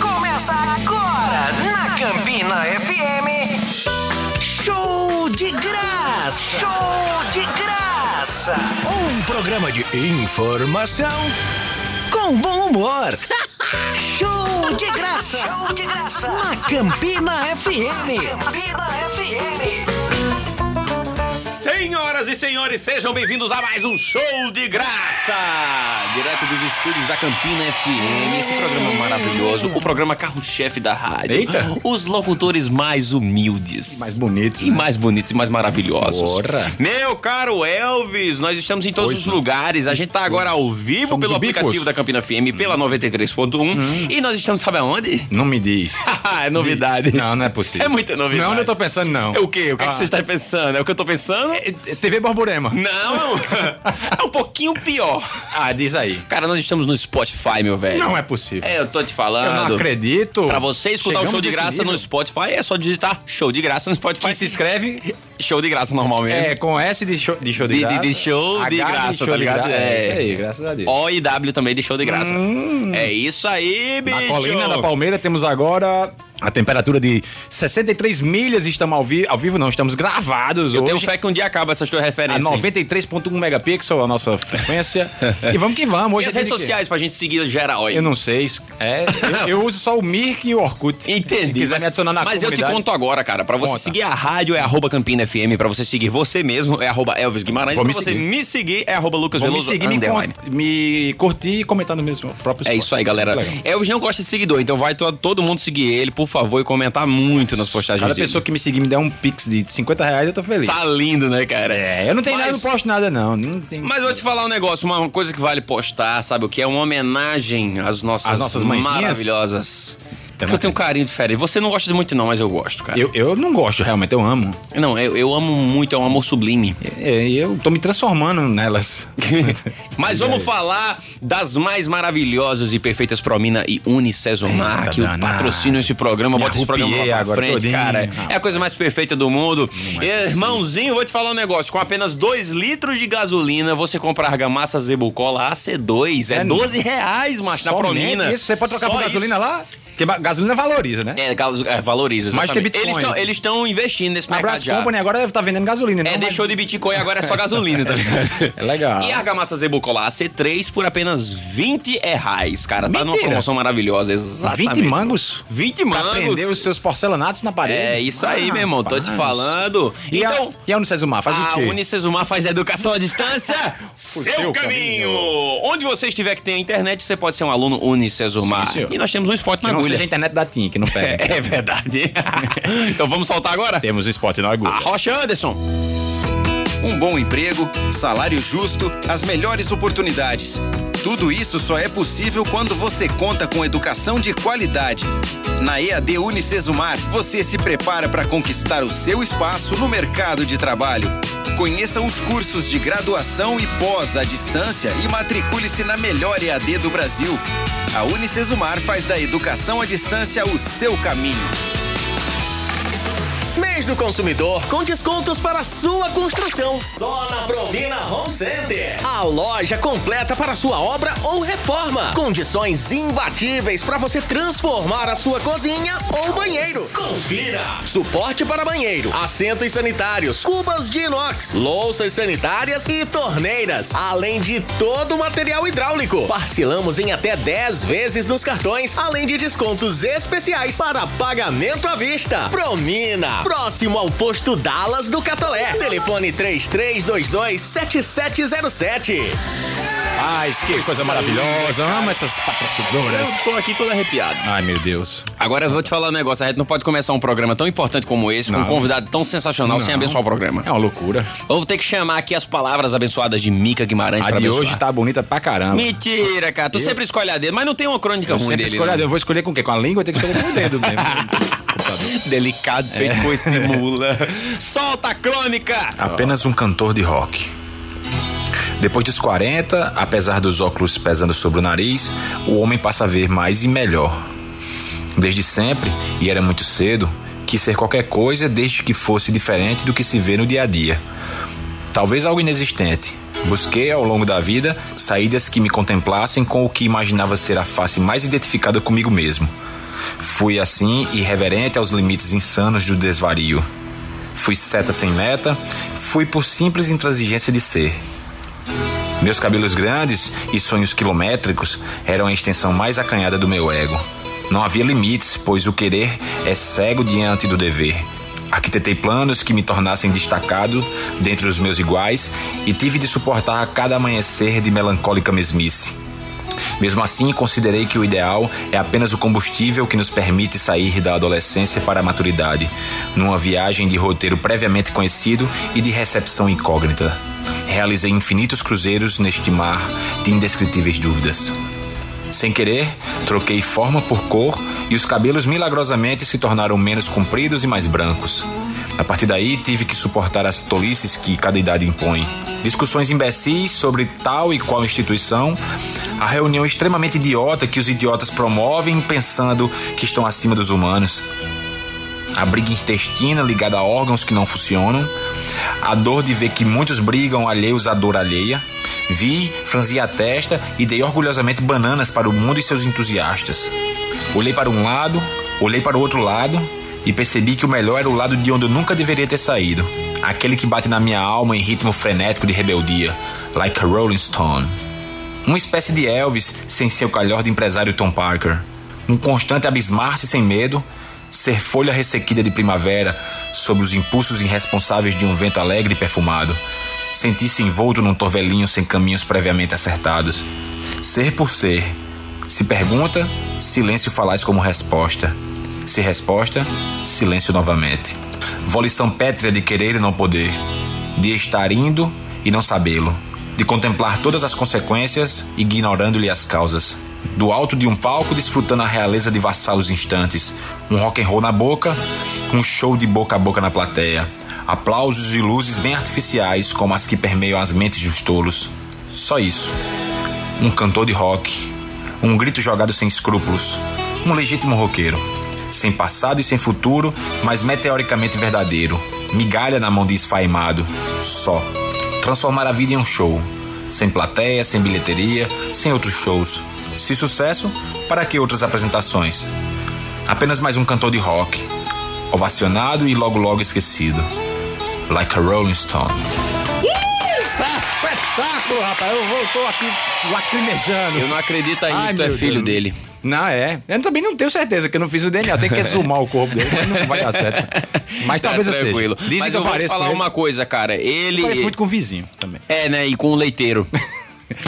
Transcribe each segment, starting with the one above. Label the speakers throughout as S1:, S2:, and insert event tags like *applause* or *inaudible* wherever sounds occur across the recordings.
S1: Começa agora na Campina FM. Show de graça! Show de graça! Um programa de informação com bom humor. *laughs* Show de graça! Show de graça! Na Campina FM. Campina FM.
S2: Senhoras e senhores, sejam bem-vindos a mais um show de graça! Direto dos estúdios da Campina FM, esse programa maravilhoso, o programa carro-chefe da rádio.
S3: Eita!
S2: Os locutores mais humildes. E
S3: mais bonitos,
S2: E
S3: né?
S2: mais bonitos e mais maravilhosos.
S3: Bora!
S2: Meu caro Elvis, nós estamos em todos
S3: Pois
S2: os
S3: não.
S2: lugares. A gente tá agora ao vivo
S3: Somos Hum.
S2: pelo
S3: ubíquos.
S2: aplicativo da Campina FM, pela 93.1. E nós estamos, sabe aonde? *laughs*
S3: Não me diz.
S2: é novidade.
S3: Não, não é possível.
S2: É muita novidade.
S3: Não, não eu tô pensando, não.
S2: É o quê? O que, é
S3: Ah.
S2: que você está pensando? É o que eu tô pensando?
S3: É TV Borborema.
S2: Não, é um pouquinho pior.
S3: Ah, diz aí.
S2: Cara, nós estamos no Spotify, meu velho.
S3: Não é possível.
S2: É, eu tô te
S3: eu
S2: falando.
S3: não acredito.
S2: Pra você escutar
S3: Chegamos
S2: o show de
S3: nesse
S2: graça
S3: nível.
S2: no Spotify, é só digitar show de graça no Spotify.
S3: Que se escreve
S2: *laughs* Show de graça normalmente.
S3: é, com S de show de, show de
S2: De- de-
S3: graça.
S2: de show de
S3: H
S2: graça,
S3: show
S2: tá
S3: de
S2: ligado?
S3: graça.
S2: É.
S3: É isso aí, graças a Deus.
S2: O e W também de show de graça. É isso aí, bicho.
S3: Hum. Na colina da Palmeira temos agora a temperatura de 63 milhas. Estamos ao, vi ao vivo, não, estamos gravados
S2: Eu
S3: hoje.
S2: tenho fé que um dia acaba essas tuas
S3: a
S2: referências.
S3: 93.1 megapixel, a nossa
S2: *laughs*
S3: frequência. e vamos que vamos.
S2: E
S3: Hoje
S2: as
S3: é
S2: redes
S3: dia de quê?
S2: sociais pra gente seguir geral aí.
S3: Eu não sei. É, eu, eu uso só o Mirk e o Orkut. Se
S2: Entendi.
S3: quiser
S2: mas
S3: me adicionar na
S2: mas eu te
S3: comunidade.
S2: conto agora, cara. Pra você
S3: Conta.
S2: seguir a rádio é arroba Campina FM. Pra você seguir você mesmo é arroba Elvis Guimarães.
S3: Vou
S2: pra
S3: me
S2: você
S3: seguir.
S2: me seguir é arroba Lucas
S3: Vou me
S2: Veloso
S3: seguir, me,
S2: underline.
S3: con- me curtir e comentar no mesmo próprio
S2: É
S3: esporte.
S2: isso aí, galera. É,
S3: Legal.
S2: Elvis não gosta de seguidor, então vai to- todo mundo seguir ele, por favor, e comentar muito nas postagens
S3: Cada
S2: dele.
S3: pessoa que me seguir me der um pix de 50 reais, eu tô feliz.
S2: Tá lindo, né, cara?
S3: É, eu não tenho
S2: Mas-
S3: nada, não posto nada, não. não tem...
S2: Mas eu vou te falar um negócio, uma coisa que vale postar, sabe o que? É uma homenagem às nossas,
S3: Às nossas mãezinhas?
S2: maravilhosas.
S3: Tá
S2: Porque eu tenho um carinho diferente. Você não gosta de muito, não, mas eu gosto, cara.
S3: eu, eu não gosto, realmente, eu amo.
S2: Não, eu, eu amo muito, é um amor sublime.
S3: É, Eu tô me transformando nelas. *laughs*
S2: Mas vamos falar das mais maravilhosas e perfeitas Promina e Unicesumar,
S3: Eita,
S2: que o
S3: danada.
S2: patrocínio esse programa,
S3: Me
S2: bota esse programa lá pra
S3: arrupiei agora
S2: frente,
S3: todinho,
S2: cara.
S3: rapaz.
S2: É a coisa mais perfeita do mundo.
S3: é
S2: Irmãozinho, vou te falar um negócio, com apenas 2 litros de gasolina, você compra argamassa Zebucola AC2, é,
S3: É,
S2: 12 reais, macho, na
S3: Somente
S2: Promina.
S3: Isso, você pode trocar
S2: Só
S3: por gasolina lá? Porque ba- gasolina valoriza, né?
S2: É, gal- é, valoriza,
S3: Mas tem
S2: exatamente.
S3: Bitcoin.
S2: Eles tão- Eles estão investindo nesse
S3: A
S2: mercado
S3: Brás
S2: É, já.
S3: Company agora deve estar vendendo gasolina, né?
S2: É, deixou de Bitcoin, agora é só gasolina, tá
S3: *laughs*
S2: ligado?
S3: É legal.
S2: E a argamassa Zebucola AC3 por apenas 20 reais, cara. Tá numa
S3: Mentira.
S2: promoção maravilhosa, exatamente.
S3: 20 mangos?
S2: 20
S3: Pra prender os
S2: mangos.
S3: seus porcelanatos na parede.
S2: É isso aí,
S3: Ah,
S2: meu irmão, tô te
S3: rapaz.
S2: falando.
S3: E
S2: então,
S3: a, e a Unicesumar faz o
S2: a
S3: quê?
S2: Unicesumar faz educação à
S3: *laughs*
S2: distância seu,
S3: seu
S2: caminho.
S3: caminho.
S2: Onde você estiver que tenha internet, você pode ser um aluno Unicesumar.
S3: Sim, senhor.
S2: E nós temos um spot
S3: Que
S2: na
S3: não
S2: agulha.
S3: seja a internet da TIM, que não pega.
S2: *laughs* É verdade. *laughs* então vamos soltar agora?
S3: Temos o spot na agulha.
S2: A Rocha Anderson.
S4: um bom emprego, salário justo, as melhores oportunidades. Tudo isso só é possível quando você conta com educação de qualidade. Na EAD Unicesumar, você se prepara para conquistar o seu espaço no mercado de trabalho. Conheça os cursos de graduação e pós à distância e matricule-se na melhor EAD do Brasil. A Unicesumar faz da educação à distância o seu caminho.
S5: Mês do consumidor com descontos para sua construção. Só na Provina Home Center. A loja completa para sua obra ou reforma. Condições imbatíveis para você transformar a sua cozinha ou banheiro. Confira. Suporte para banheiro, assentos sanitários, cubas de inox, louças sanitárias e torneiras. Além de todo o material hidráulico. Parcelamos em até 10 vezes nos cartões, além de descontos especiais para pagamento à vista. Promina, próximo ao posto Dallas do Catolé. Telefone 3322-7707.
S3: Ai, que coisa maravilhosa. Amo essas patrocinadoras.
S2: Tô aqui todo arrepiado.
S3: Ai, meu Deus.
S2: Agora eu vou te falar um negócio, a gente não pode começar um programa tão importante como esse com um
S3: Não.
S2: convidado tão sensacional sem
S3: Não.
S2: abençoar o programa.
S3: É uma loucura.
S2: Vamos ter que chamar aqui as palavras abençoadas de Mica Guimarães
S3: A
S2: pra
S3: de
S2: abençoar.
S3: hoje tá bonita pra caramba.
S2: Mentira, cara. Tu sempre escolhe a dedo, mas não tem uma crônica
S3: Eu
S2: ruim
S3: sempre
S2: dele.
S3: escolho a
S2: né?
S3: dedo. Eu vou escolher com o quê? Com a língua? Eu tenho que escolher com o dedo
S2: *laughs*
S3: mesmo.
S2: Delicado, feito com esse *laughs* mula. Solta a crônica!
S6: Apenas um cantor de rock. Depois dos 40, apesar dos óculos pesando sobre o nariz, o homem passa a ver mais e melhor. Desde sempre, e era muito cedo, quis ser qualquer coisa desde que fosse diferente do que se vê no dia a dia. Talvez algo inexistente. Busquei ao longo da vida saídas que me contemplassem com o que imaginava ser a face mais identificada comigo mesmo.
S3: Fui assim, irreverente aos limites insanos do desvario. Fui seta sem meta, fui por simples intransigência de ser. Meus cabelos grandes e sonhos quilométricos eram a extensão mais acanhada do meu ego. Não havia limites, pois o querer é cego diante do dever. Arquitetei planos que me tornassem destacado dentre os meus iguais e tive de suportar a cada amanhecer de melancólica mesmice. Mesmo assim, considerei que o ideal é apenas o combustível que nos permite sair da adolescência para a maturidade, numa viagem de roteiro previamente conhecido e de recepção incógnita. Realizei infinitos cruzeiros neste mar de indescritíveis dúvidas. Sem querer, troquei forma por cor e os cabelos milagrosamente se tornaram menos compridos e mais brancos. A partir daí, tive que suportar as tolices que cada idade impõe. Discussões imbecis sobre tal e qual instituição, a reunião extremamente idiota que os idiotas promovem pensando que estão acima dos humanos, a briga intestina ligada a órgãos que não funcionam, a dor de ver que muitos brigam alheios à dor alheia. Vi, franzi a testa e dei orgulhosamente bananas para o mundo e seus entusiastas. Olhei para um lado, olhei para o outro lado e percebi que o melhor era o lado de onde eu nunca deveria ter saído. Aquele que bate na minha alma em ritmo frenético de rebeldia, like a Rolling Stone. Uma espécie de Elvis sem seu calhor de empresário Tom Parker. Um constante abismar-se sem medo, ser folha ressequida de primavera sob os impulsos irresponsáveis de um vento alegre e perfumado. Sentir-se envolto num torvelinho sem caminhos previamente acertados. Ser por ser. Se pergunta, silêncio falaz como resposta. Se resposta, silêncio novamente. Volição pétrea de querer e não poder. De estar indo e não sabê-lo. De contemplar todas as consequências, ignorando-lhe as causas. Do alto de um palco, desfrutando a realeza de vassalos instantes. Um rock and roll na boca, um show de boca a boca na plateia. Aplausos e luzes bem artificiais, como as que permeiam as mentes dos tolos. Só isso. Um cantor de rock. Um grito jogado sem escrúpulos. Um legítimo roqueiro. Sem passado e sem futuro, mas meteoricamente verdadeiro. Migalha na mão de esfaimado. Só. Transformar a vida em um show. Sem plateia, sem bilheteria, sem outros shows. Se sucesso, para que outras apresentações? Apenas mais um cantor de rock, ovacionado e logo logo esquecido. Like a Rolling Stone.
S7: é Espetáculo, rapaz. Eu vou, tô aqui lacrimejando.
S2: Eu não acredito ainda
S7: Ai,
S2: que tu é
S7: meu
S2: filho
S7: Deus.
S2: dele.
S7: Não, é. Eu também não tenho certeza que eu não fiz o DNA. Tem que exumar o corpo dele, mas não vai dar
S2: *laughs*
S7: certo. Mas
S2: Tá
S7: talvez eu seja.
S2: tranquilo.
S7: Dizem
S2: Mas
S7: que
S2: eu, vou te
S7: pareço
S2: falar
S7: com ele.
S2: uma coisa, cara. Ele.
S7: Parece muito com o vizinho também.
S2: É, né? E com o leiteiro. *laughs*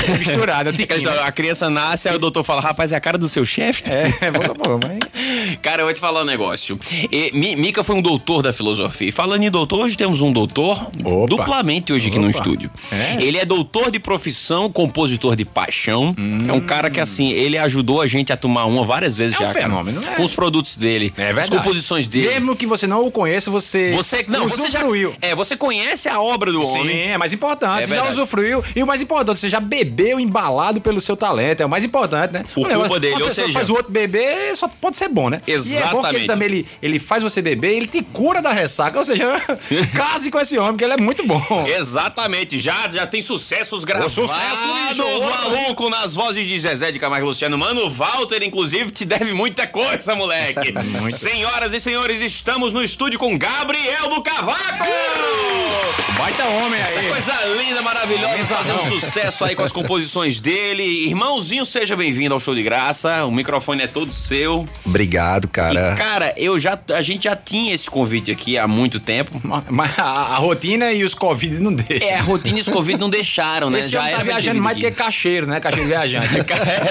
S7: Misturado,
S2: Aquela
S7: tiquinho.
S2: história, A criança nasce, aí o doutor fala: rapaz, é a cara do seu chefe?
S7: É, bom, bom, mas...
S2: Cara, eu vou te falar um negócio. E, Mi- Mica foi um doutor da filosofia. E falando em doutor, hoje temos um doutor
S7: Opa.
S2: duplamente hoje aqui no
S7: Opa.
S2: estúdio.
S7: É.
S2: Ele é doutor de profissão, compositor de paixão. É um cara que, assim, ele ajudou a gente a tomar uma várias vezes
S7: Hum. É um
S2: já. cara.
S7: fenômeno, né?
S2: Com os produtos dele,
S7: É verdade.
S2: as composições dele.
S7: Mesmo que você não o conheça, você.
S2: Você não, você já
S7: usufruiu.
S2: É, você conhece a obra do
S7: Sim,
S2: homem.
S7: é mais importante.
S2: É
S7: você já
S2: verdade.
S7: usufruiu. E o mais importante, você já bebeu embalado pelo seu talento. É o mais importante, né?
S2: O
S7: Um negócio-
S2: culpa dele,
S7: uma
S2: ou
S7: pessoa
S2: seja-
S7: faz o outro beber, só pode ser bom, né? E é bom que
S2: Exatamente.
S7: ele também ele, ele faz você beber, ele te cura da ressaca. Ou
S2: *laughs*
S7: seja, case com esse homem, que ele é muito bom.
S2: Exatamente, já, já tem sucessos gravados.
S7: sucesso, bicho.
S2: maluco nas vozes de Zezé de Camargo e Luciano. Mano, Walter, inclusive, te deve muita coisa, *laughs* moleque. Senhoras e senhores, estamos no estúdio com Gabriel do Cavaco.
S7: Baita homem
S2: Essa
S7: aí.
S2: coisa linda, maravilhosa, fazendo um sucesso aí com as composições dele. Irmãozinho, seja bem-vindo ao Show de Graça. O microfone é todo seu.
S8: Obrigado,
S2: E,
S8: cara.
S2: cara, eu já, a gente já tinha esse convite aqui há muito tempo.
S7: Mas a, a rotina e os Covid não deixam.
S2: É, a rotina e os Covid não deixaram, né?
S7: Esse
S2: já
S7: homem tá
S2: era
S7: viajando mais do que
S2: dividido.
S7: cacheiro, né? Cacheiro
S2: *laughs*
S7: viajante.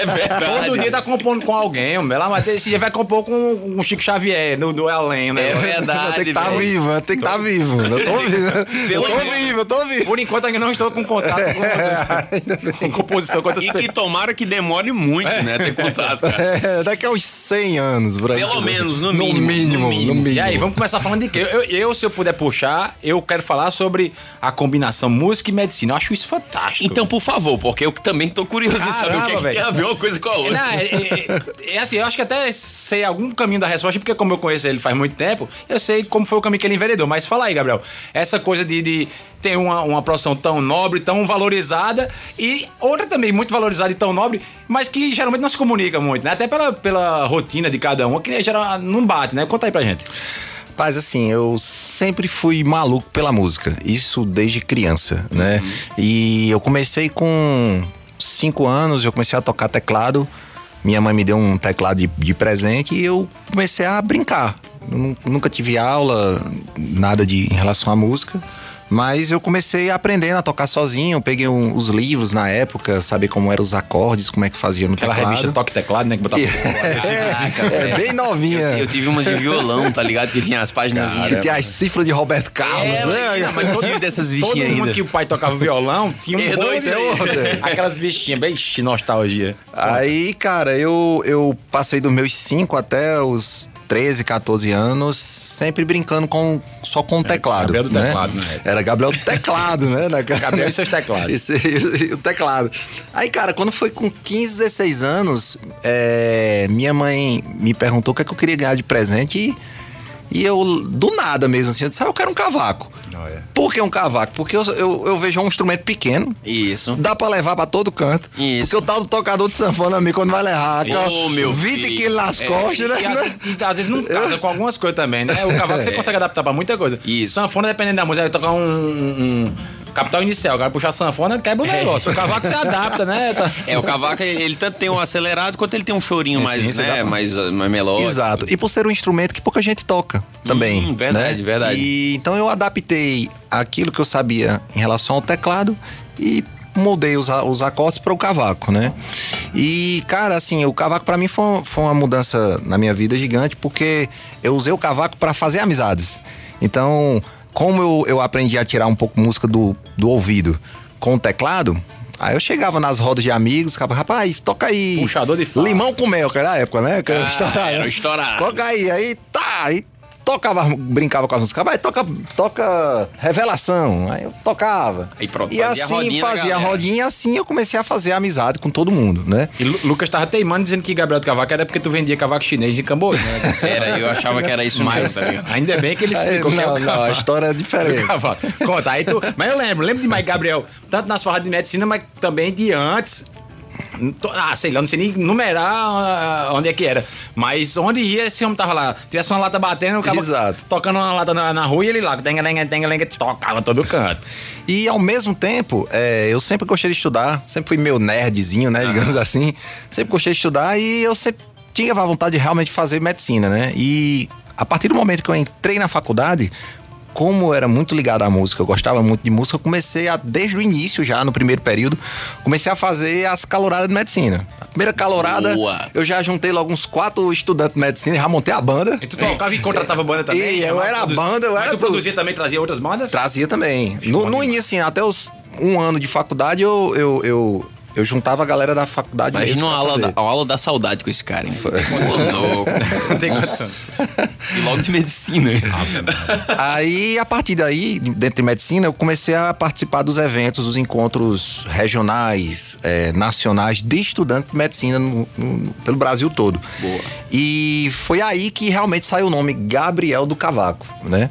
S2: É verdade.
S7: Todo dia tá compondo com alguém, homem. Lá, mas esse dia vai compor com com o Chico Xavier, no, no Além, né?
S2: É verdade.
S8: tem que tá estar
S2: velho.
S8: vivo, tem que estar vivo.
S2: *laughs*
S8: Eu tô vivo. Eu tô
S2: menos.
S8: vivo, eu tô vivo.
S7: Por enquanto ainda não estou com contato
S2: *laughs*
S7: com, outras- com composição com outras
S2: E que
S7: pessoas.
S2: tomara que demore muito, né? Ter contato, cara.
S8: É, daqui a uns 100 anos, por aí.
S2: Pelo menos, no
S8: No
S2: mínimo,
S8: mínimo,
S2: no
S8: no
S2: mínimo.
S8: mínimo.
S7: E aí, vamos começar falando de quê? Eu, eu, se eu puder puxar, eu quero falar sobre a combinação música e medicina. Eu acho isso fantástico.
S2: *laughs* Então, por favor, porque eu também tô curioso de saber o que, é que
S7: Caramba,
S2: tem a ver uma coisa com a outra.
S7: Não, é, é- é assim, eu acho que até sei algum caminho da resposta, porque como eu conheço ele faz muito tempo, eu sei como foi o caminho que ele enveredou. Mas fala aí, Gabriel, essa coisa de, de ter uma, uma profissão tão nobre, tão valorizada e
S3: E outra também muito valorizada e tão nobre, mas que geralmente não se comunica muito, né? Até pela, pela rotina de cada um, que geral, não bate, né? Conta aí pra gente.
S8: Rapaz, assim, eu sempre fui maluco pela música. Isso desde criança, né?
S3: Uhum.
S8: E eu comecei com cinco anos, eu comecei a tocar teclado. Minha mãe me deu um teclado de, de presente e eu comecei a brincar. Nu- Nunca tive aula, nada de em relação à música. Mas eu comecei aprendendo a tocar sozinho, peguei um- os livros na época, saber como eram os acordes, como é que fazia no
S3: Aquela
S8: teclado.
S3: revista Toque Teclado, né? Que botava.
S8: é, é,
S2: velho.
S8: bem novinha.
S2: Eu tive umas de violão, tá ligado? Que vinha as páginas.
S8: Que tem as cifras de Roberto Carlos. né?
S2: É, mas eu tive dessas
S3: Todo
S2: bichinhas
S3: mundo
S2: ainda.
S3: que o pai tocava violão tinha um
S2: Herdou
S3: bom
S2: isso
S3: de-
S8: aí.
S3: Aquelas bichinhas, bem ixi, nostalgia.
S8: Aí, cara, eu, eu passei dos meus 5 até os 13, 14 anos, sempre brincando com, só com o teclado.
S3: Gabriel do
S8: né?
S3: teclado, né?
S8: Era Gabriel do teclado, né? Na-
S3: Gabriel e seus teclados.
S8: Esse- *laughs* e o teclado. Aí, cara, quando foi com 15, 16 anos, é, minha mãe me perguntou o que, é que eu queria ganhar de presente e. E eu, do nada mesmo, assim, eu disse, ah, eu quero um cavaco. Por que um cavaco? Porque eu, eu, eu vejo um instrumento pequeno,
S2: Isso.
S8: Dá pra levar pra todo canto.
S2: Isso.
S8: Porque o tal do tocador de sanfona, amigo, quando vai levar,
S2: Ô, meu
S8: 20
S2: filho.
S8: quilos nas
S2: É,
S8: costas,
S3: E às,
S8: né?
S3: vezes- e às vezes não casa com algumas coisas também, né? O cavalo você consegue adaptar pra muita coisa.
S2: É. Isso.
S3: Sanfona, dependendo da música, aí tocar um, um- um capital inicial, o cara puxar a sanfona, quebra o negócio. O cavaco você adapta, né? Tá-
S2: É, o cavaco, ele tanto tem um acelerado quanto ele tem um chorinho mais,
S8: sim, você
S2: né,
S8: dá pra-
S2: mais, mais melódico.
S8: Exato. E por ser um instrumento que pouca gente toca também.
S2: Hum, verdade,
S8: né?
S2: verdade.
S8: E, então eu adaptei aquilo que eu sabia em relação ao teclado e mudei os, a- os acordes para o cavaco, né? E, cara, assim, o cavaco pra mim foi, um- foi uma mudança na minha vida gigante, porque eu usei o cavaco pra fazer amizades. Então, como eu, eu aprendi a tirar um pouco música do, do ouvido com o teclado, aí eu chegava nas rodas de amigos, ficava, rapaz, toca aí.
S3: Puxador de fala.
S8: Limão com mel, que era a época, né? Que eu
S2: Ah, era um estourado.
S8: Toca aí, aí tá, aí tocava, as mu- brincava com as músicas, vai, toca, toca Revelação, aí eu tocava.
S2: Aí pronto,
S8: e
S2: fazia a
S8: assim,
S2: rodinha da
S8: fazia a
S2: galera.
S8: rodinha e assim eu comecei a fazer amizade com todo mundo, né?
S3: E Lu- Lucas tava teimando dizendo que Gabriel do Cavaco era porque tu vendia cavaco chinês em Camboja, né?
S2: Era, eu achava que era isso
S3: Mas
S2: mesmo, tá ligado?
S3: ainda bem que ele
S8: Aí,
S3: explicou que é o
S8: não, não, a
S3: cavaco.
S8: história é
S3: do *laughs*
S8: diferente.
S2: *laughs*
S3: cavaco. Tá Conta, aí tu. Mas eu lembro, lembro demais, Gabriel, tanto nas farras de medicina, mas também de antes. To- Ah, sei lá, não sei nem numerar ah, onde é que era. Mas onde ia, esse homem tava lá. Tivesse uma lata batendo, o cara
S8: Exato.
S3: tocando uma lata na, na rua e ele lá, tenga, lenga, tenga, lenga, tocava todo canto.
S8: E ao mesmo tempo, é, eu sempre gostei de estudar, sempre fui meio nerdzinho,
S3: Ah.
S8: né, digamos *laughs* assim. Sempre gostei de estudar e eu sempre tinha a vontade de realmente fazer medicina, né? E a partir do momento que eu entrei na faculdade, como eu era muito ligado à música, eu gostava muito de música, eu comecei a, desde o início já, no primeiro período, comecei a fazer as caloradas de medicina. A primeira calorada,
S2: Boa.
S8: eu já juntei logo uns quatro estudantes de medicina, já montei a banda.
S3: E tu tocava e contratava banda também?
S8: E eu era a banda, eu
S3: Mas
S8: era
S3: tu
S8: tudo.
S3: produzia também, trazia outras bandas?
S8: Trazia também. No, no início, assim, até os um ano de faculdade, eu, eu, eu, eu juntava a galera da faculdade
S2: Imagina
S8: mesmo
S2: uma
S8: pra
S2: aula,
S8: fazer.
S2: da, uma aula da saudade com esse cara, hein? Ô, louco.
S3: Não tem
S2: Nossa.
S3: condição.
S2: E logo de medicina.
S8: Aí, a partir daí, dentro de medicina, eu comecei a participar dos eventos, dos encontros regionais, eh, nacionais, de estudantes de medicina no- no- pelo Brasil todo. Boa. E foi aí que realmente saiu o nome Gabriel do Cavaco, né?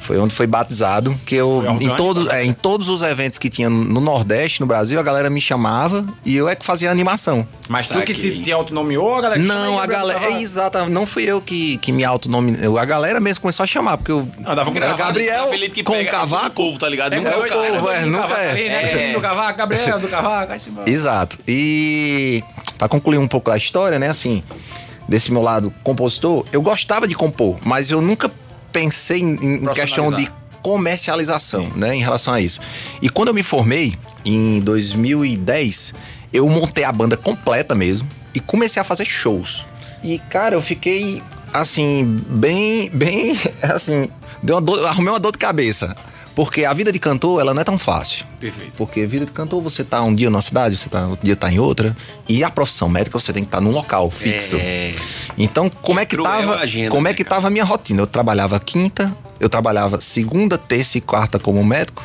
S8: Foi onde foi batizado, que eu,
S3: Foi orgânico, né?
S8: em, todos, é, em todos os eventos que tinha no Nordeste, no Brasil, a galera me chamava e eu é que fazia animação.
S3: Mas tu que te,
S2: Saquei.
S3: te autonomeou, a galera? que
S8: Não,
S3: também,
S8: a
S3: Gabriel,
S8: galera.
S3: tava-
S8: É exatamente. Não fui eu que, que me autonome. eu- A galera mesmo começou a chamar, porque eu.
S2: Ah,
S3: Não, dava um
S8: era
S3: engraçado
S8: Gabriel
S2: né? apelido que
S8: com o
S2: pega todo o
S8: cavaco.
S2: povo, tá ligado?
S3: Pega
S2: Nunca é o
S3: o
S2: cara.
S8: povo, é,
S3: Do
S8: nunca
S3: cavaco
S8: é.
S3: ali, né?
S2: É.
S3: Do cavaco, Gabriel, do cavaco, vai se embora.
S8: Exato. E pra concluir um pouco a história, né, assim, desse meu lado compositor, eu gostava de compor, mas eu nunca pensei em, em questão de comercialização, né, em relação a isso. E quando eu me formei em 2010, eu montei a banda completa mesmo e comecei a fazer shows. E cara, eu fiquei assim bem, bem *laughs* assim, deu uma dor- arrumei uma dor de cabeça. Porque a vida de cantor, ela não é tão fácil.
S2: Perfeito.
S8: Porque vida de cantor, você tá um dia numa cidade, você tá outro dia tá em outra. E a profissão médica, você tem que estar num local fixo.
S2: É.
S8: Então, como é que
S2: Cruel
S8: tava,
S2: a agenda,
S8: como é
S2: né,
S8: que
S2: cara?
S8: tava a minha rotina? Eu trabalhava quinta, eu trabalhava segunda, terça e quarta como médico.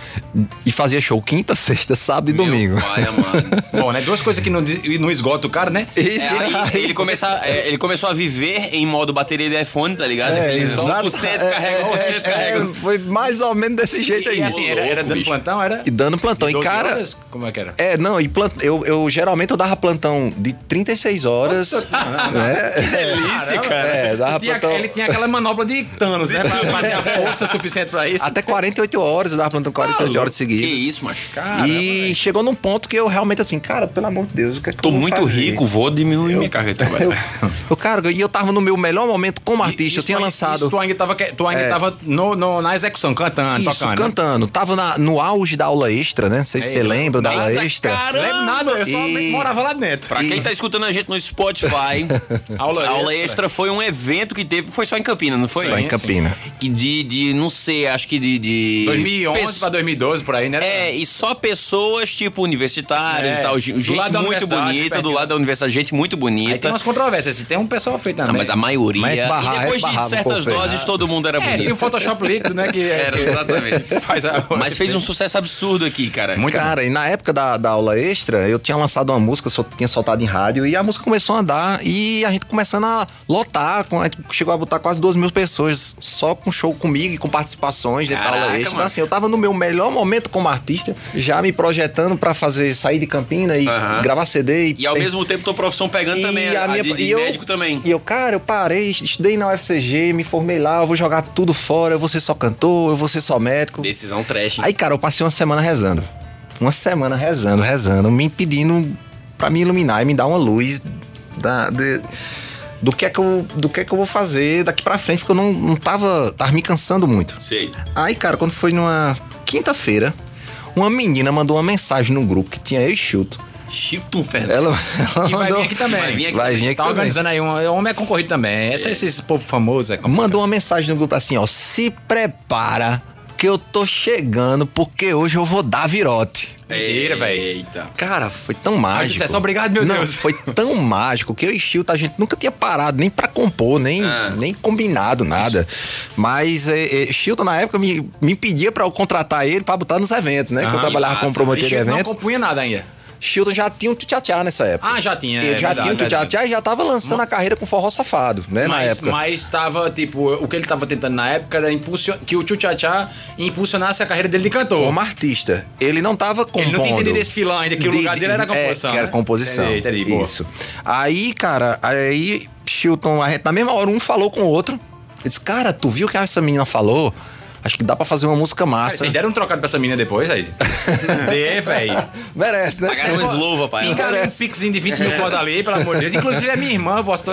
S8: e fazia show quinta, sexta, sábado e
S2: Meu
S8: domingo.
S2: Pai, amado.
S3: *laughs* Bom, né? Duas coisas que não, des- não esgota o cara, né?
S8: Isso.
S2: É, aí ele, começa, é, ele começou a viver em modo bateria de iPhone, tá ligado?
S8: É,
S2: ele só
S8: exato.
S2: o centro carrega, o centro
S8: É,
S2: carrega.
S8: foi mais ou menos desse jeito aí.
S3: E assim, era, era
S2: louco,
S3: dando
S2: bicho.
S3: plantão, era.
S8: E dando plantão.
S3: De
S8: E
S3: 12
S8: cara.
S3: horas? Como é que era?
S8: É, não, e plant... eu, eu geralmente eu dava plantão de 36 horas. né?
S3: Delícia,
S8: cara. É, dava
S3: tinha,
S8: plantão.
S3: Ele tinha aquela manobra de Thanos, né? Pra, pra *laughs* ter a força suficiente pra isso.
S8: Até 48 horas eu dava plantão 48 horas
S2: Que
S8: seguidas.
S2: isso, macho?
S3: Caramba,
S8: e chegou num ponto que eu realmente assim, cara, pelo amor de Deus, o que é que
S2: Tô
S8: eu vou
S2: muito
S8: fazer?
S2: rico, vou diminuir minha carga de trabalho.
S8: Eu, eu, cara, e eu tava no meu melhor momento como artista, eu
S3: Isso
S8: tinha
S3: aí-
S8: lançado.
S3: Isso, tu ainda tava, que- tu ainda tava no, no- na execução, É. cantando,
S8: Isso,
S3: tocando. né?
S8: cantando. Tava na- no auge da aula extra, né? Não sei se você
S3: Ei,
S8: lembra da aula
S2: nada,
S8: extra.
S2: cara.
S3: Lembro nada, eu só
S8: E-
S3: morava lá dentro.
S2: Pra quem tá escutando a gente no Spotify,
S3: Aula
S2: a aula
S3: extra.
S2: extra foi um evento que teve, foi só em Campinas, não foi?
S8: Só em
S2: Sim.
S8: Campina.
S2: Que de, de, não sei, acho que de... de
S3: 2011
S2: Pesso-
S3: pra 2012, por aí, né?
S2: É, e só pessoas, tipo, universitárias
S3: É,
S2: e tal.
S3: do
S2: Gente
S3: lado da
S2: muito
S3: universidade,
S2: bonita, do
S3: pertinho.
S2: lado da universidade, gente muito
S3: Aí tem
S2: bonita.
S3: umas controvérsias, assim, tem um pessoal feito
S2: Ah,
S3: também.
S2: mas a maioria.
S8: Mas é que barra-
S2: e depois
S8: é barrava
S2: de
S8: um
S2: certas
S8: pouco, né?
S2: doses, todo mundo era
S3: É, tem o
S2: bonito.
S3: Photoshop líquido, né? *laughs* Que
S2: Era, exatamente.
S3: *laughs* Faz a...
S2: mas fez um sucesso absurdo aqui, cara.
S3: Muito
S8: Cara, e na época da, da aula extra, eu tinha lançado uma música, só tinha soltado em rádio, e a música começou a andar, e a gente começando a lotar, com- a gente chegou a botar quase duas mil pessoas só com show comigo e com participações dentro da
S2: Caraca,
S8: aula extra.
S2: mano.
S8: Então, assim, eu tava no meu melhor momento como artista, já me projetando pra fazer sair de Campina e
S2: Aham.
S8: gravar CD.
S2: E ao mesmo tempo, tua profissão pegando também, a,
S8: minha-
S2: de, de
S8: e eu-
S2: médico também.
S8: E eu, cara, eu parei, estudei na UFCG, me formei lá, eu vou jogar tudo fora, eu vou ser só cantor, eu vou ser só médico.
S2: Decisão trash. hein?
S8: Aí, cara, eu passei uma semana rezando. Uma semana rezando, rezando, me pedindo pra me iluminar e me dar uma luz da- de- do, que é que eu, do que é que eu vou fazer daqui pra frente, porque eu não, não tava, tava me cansando muito.
S2: Sei.
S8: Aí, cara, quando foi numa quinta-feira, uma menina mandou uma mensagem no grupo que tinha eu e Chuto.
S2: Chilton Fernandes.
S8: Ela, ela
S3: E vai
S8: mandou,
S3: vir aqui também.
S2: Vai vir aqui
S8: vai vir aqui
S3: Tá
S8: É também.
S3: organizando aí, um, homem é concorrido também. Esse, esse, esse povo famoso é complicado.
S8: Mandou uma mensagem no grupo assim, ó, se prepara que eu tô chegando porque hoje eu vou dar virote.
S3: Mentira, velho.
S2: É, Eita.
S8: Cara, foi tão mágico.
S3: disse, "É só obrigado, meu
S8: Não,
S3: Deus."
S8: Foi tão *laughs* mágico que eu e Chilton, a gente nunca tinha parado nem pra compor, nem,
S2: Ah.
S8: nem combinado nada. Mas é, é, Chilton, na época, me, me pedia pra eu contratar ele pra botar nos eventos, né? que eu
S3: Ah,
S8: trabalhava
S2: massa.
S8: como promotor de
S3: Ele não
S8: eventos.
S3: compunha nada ainda.
S8: Chilton já tinha um tchá nessa época.
S3: Ah, já tinha.
S8: ele
S3: é
S8: já
S3: verdade,
S8: tinha um
S3: verdade.
S8: tchá e já tava lançando a carreira com forró safado, né? na
S3: Mas,
S8: época.
S3: mas tava, tipo, o que ele tava tentando na época era impulsion... que o Tchutchá impulsionasse a carreira dele de cantor.
S8: Como artista. Ele não tava compondo.
S3: Ele não tinha entendido esse filão ainda, que o lugar dele era a composição,
S8: É, que era
S3: né?
S8: composição.
S3: Entendi, entendi, boa.
S8: Isso. Aí, cara, aí Chilton, a gente, na mesma hora, um falou com o outro. Ele disse, cara, tu viu o que essa menina falou? Acho que dá pra fazer uma música
S3: Cara,
S8: massa.
S3: vocês deram um trocado pra essa menina depois,
S8: *laughs*
S3: aí? Dê, velho.
S8: Merece, né?
S2: Pagaram umas luvas, pai.
S3: Pingaram um pixinho de 20 mil conto ali, pelo amor de Deus. Inclusive, é minha irmã, eu
S8: *laughs*
S3: posso...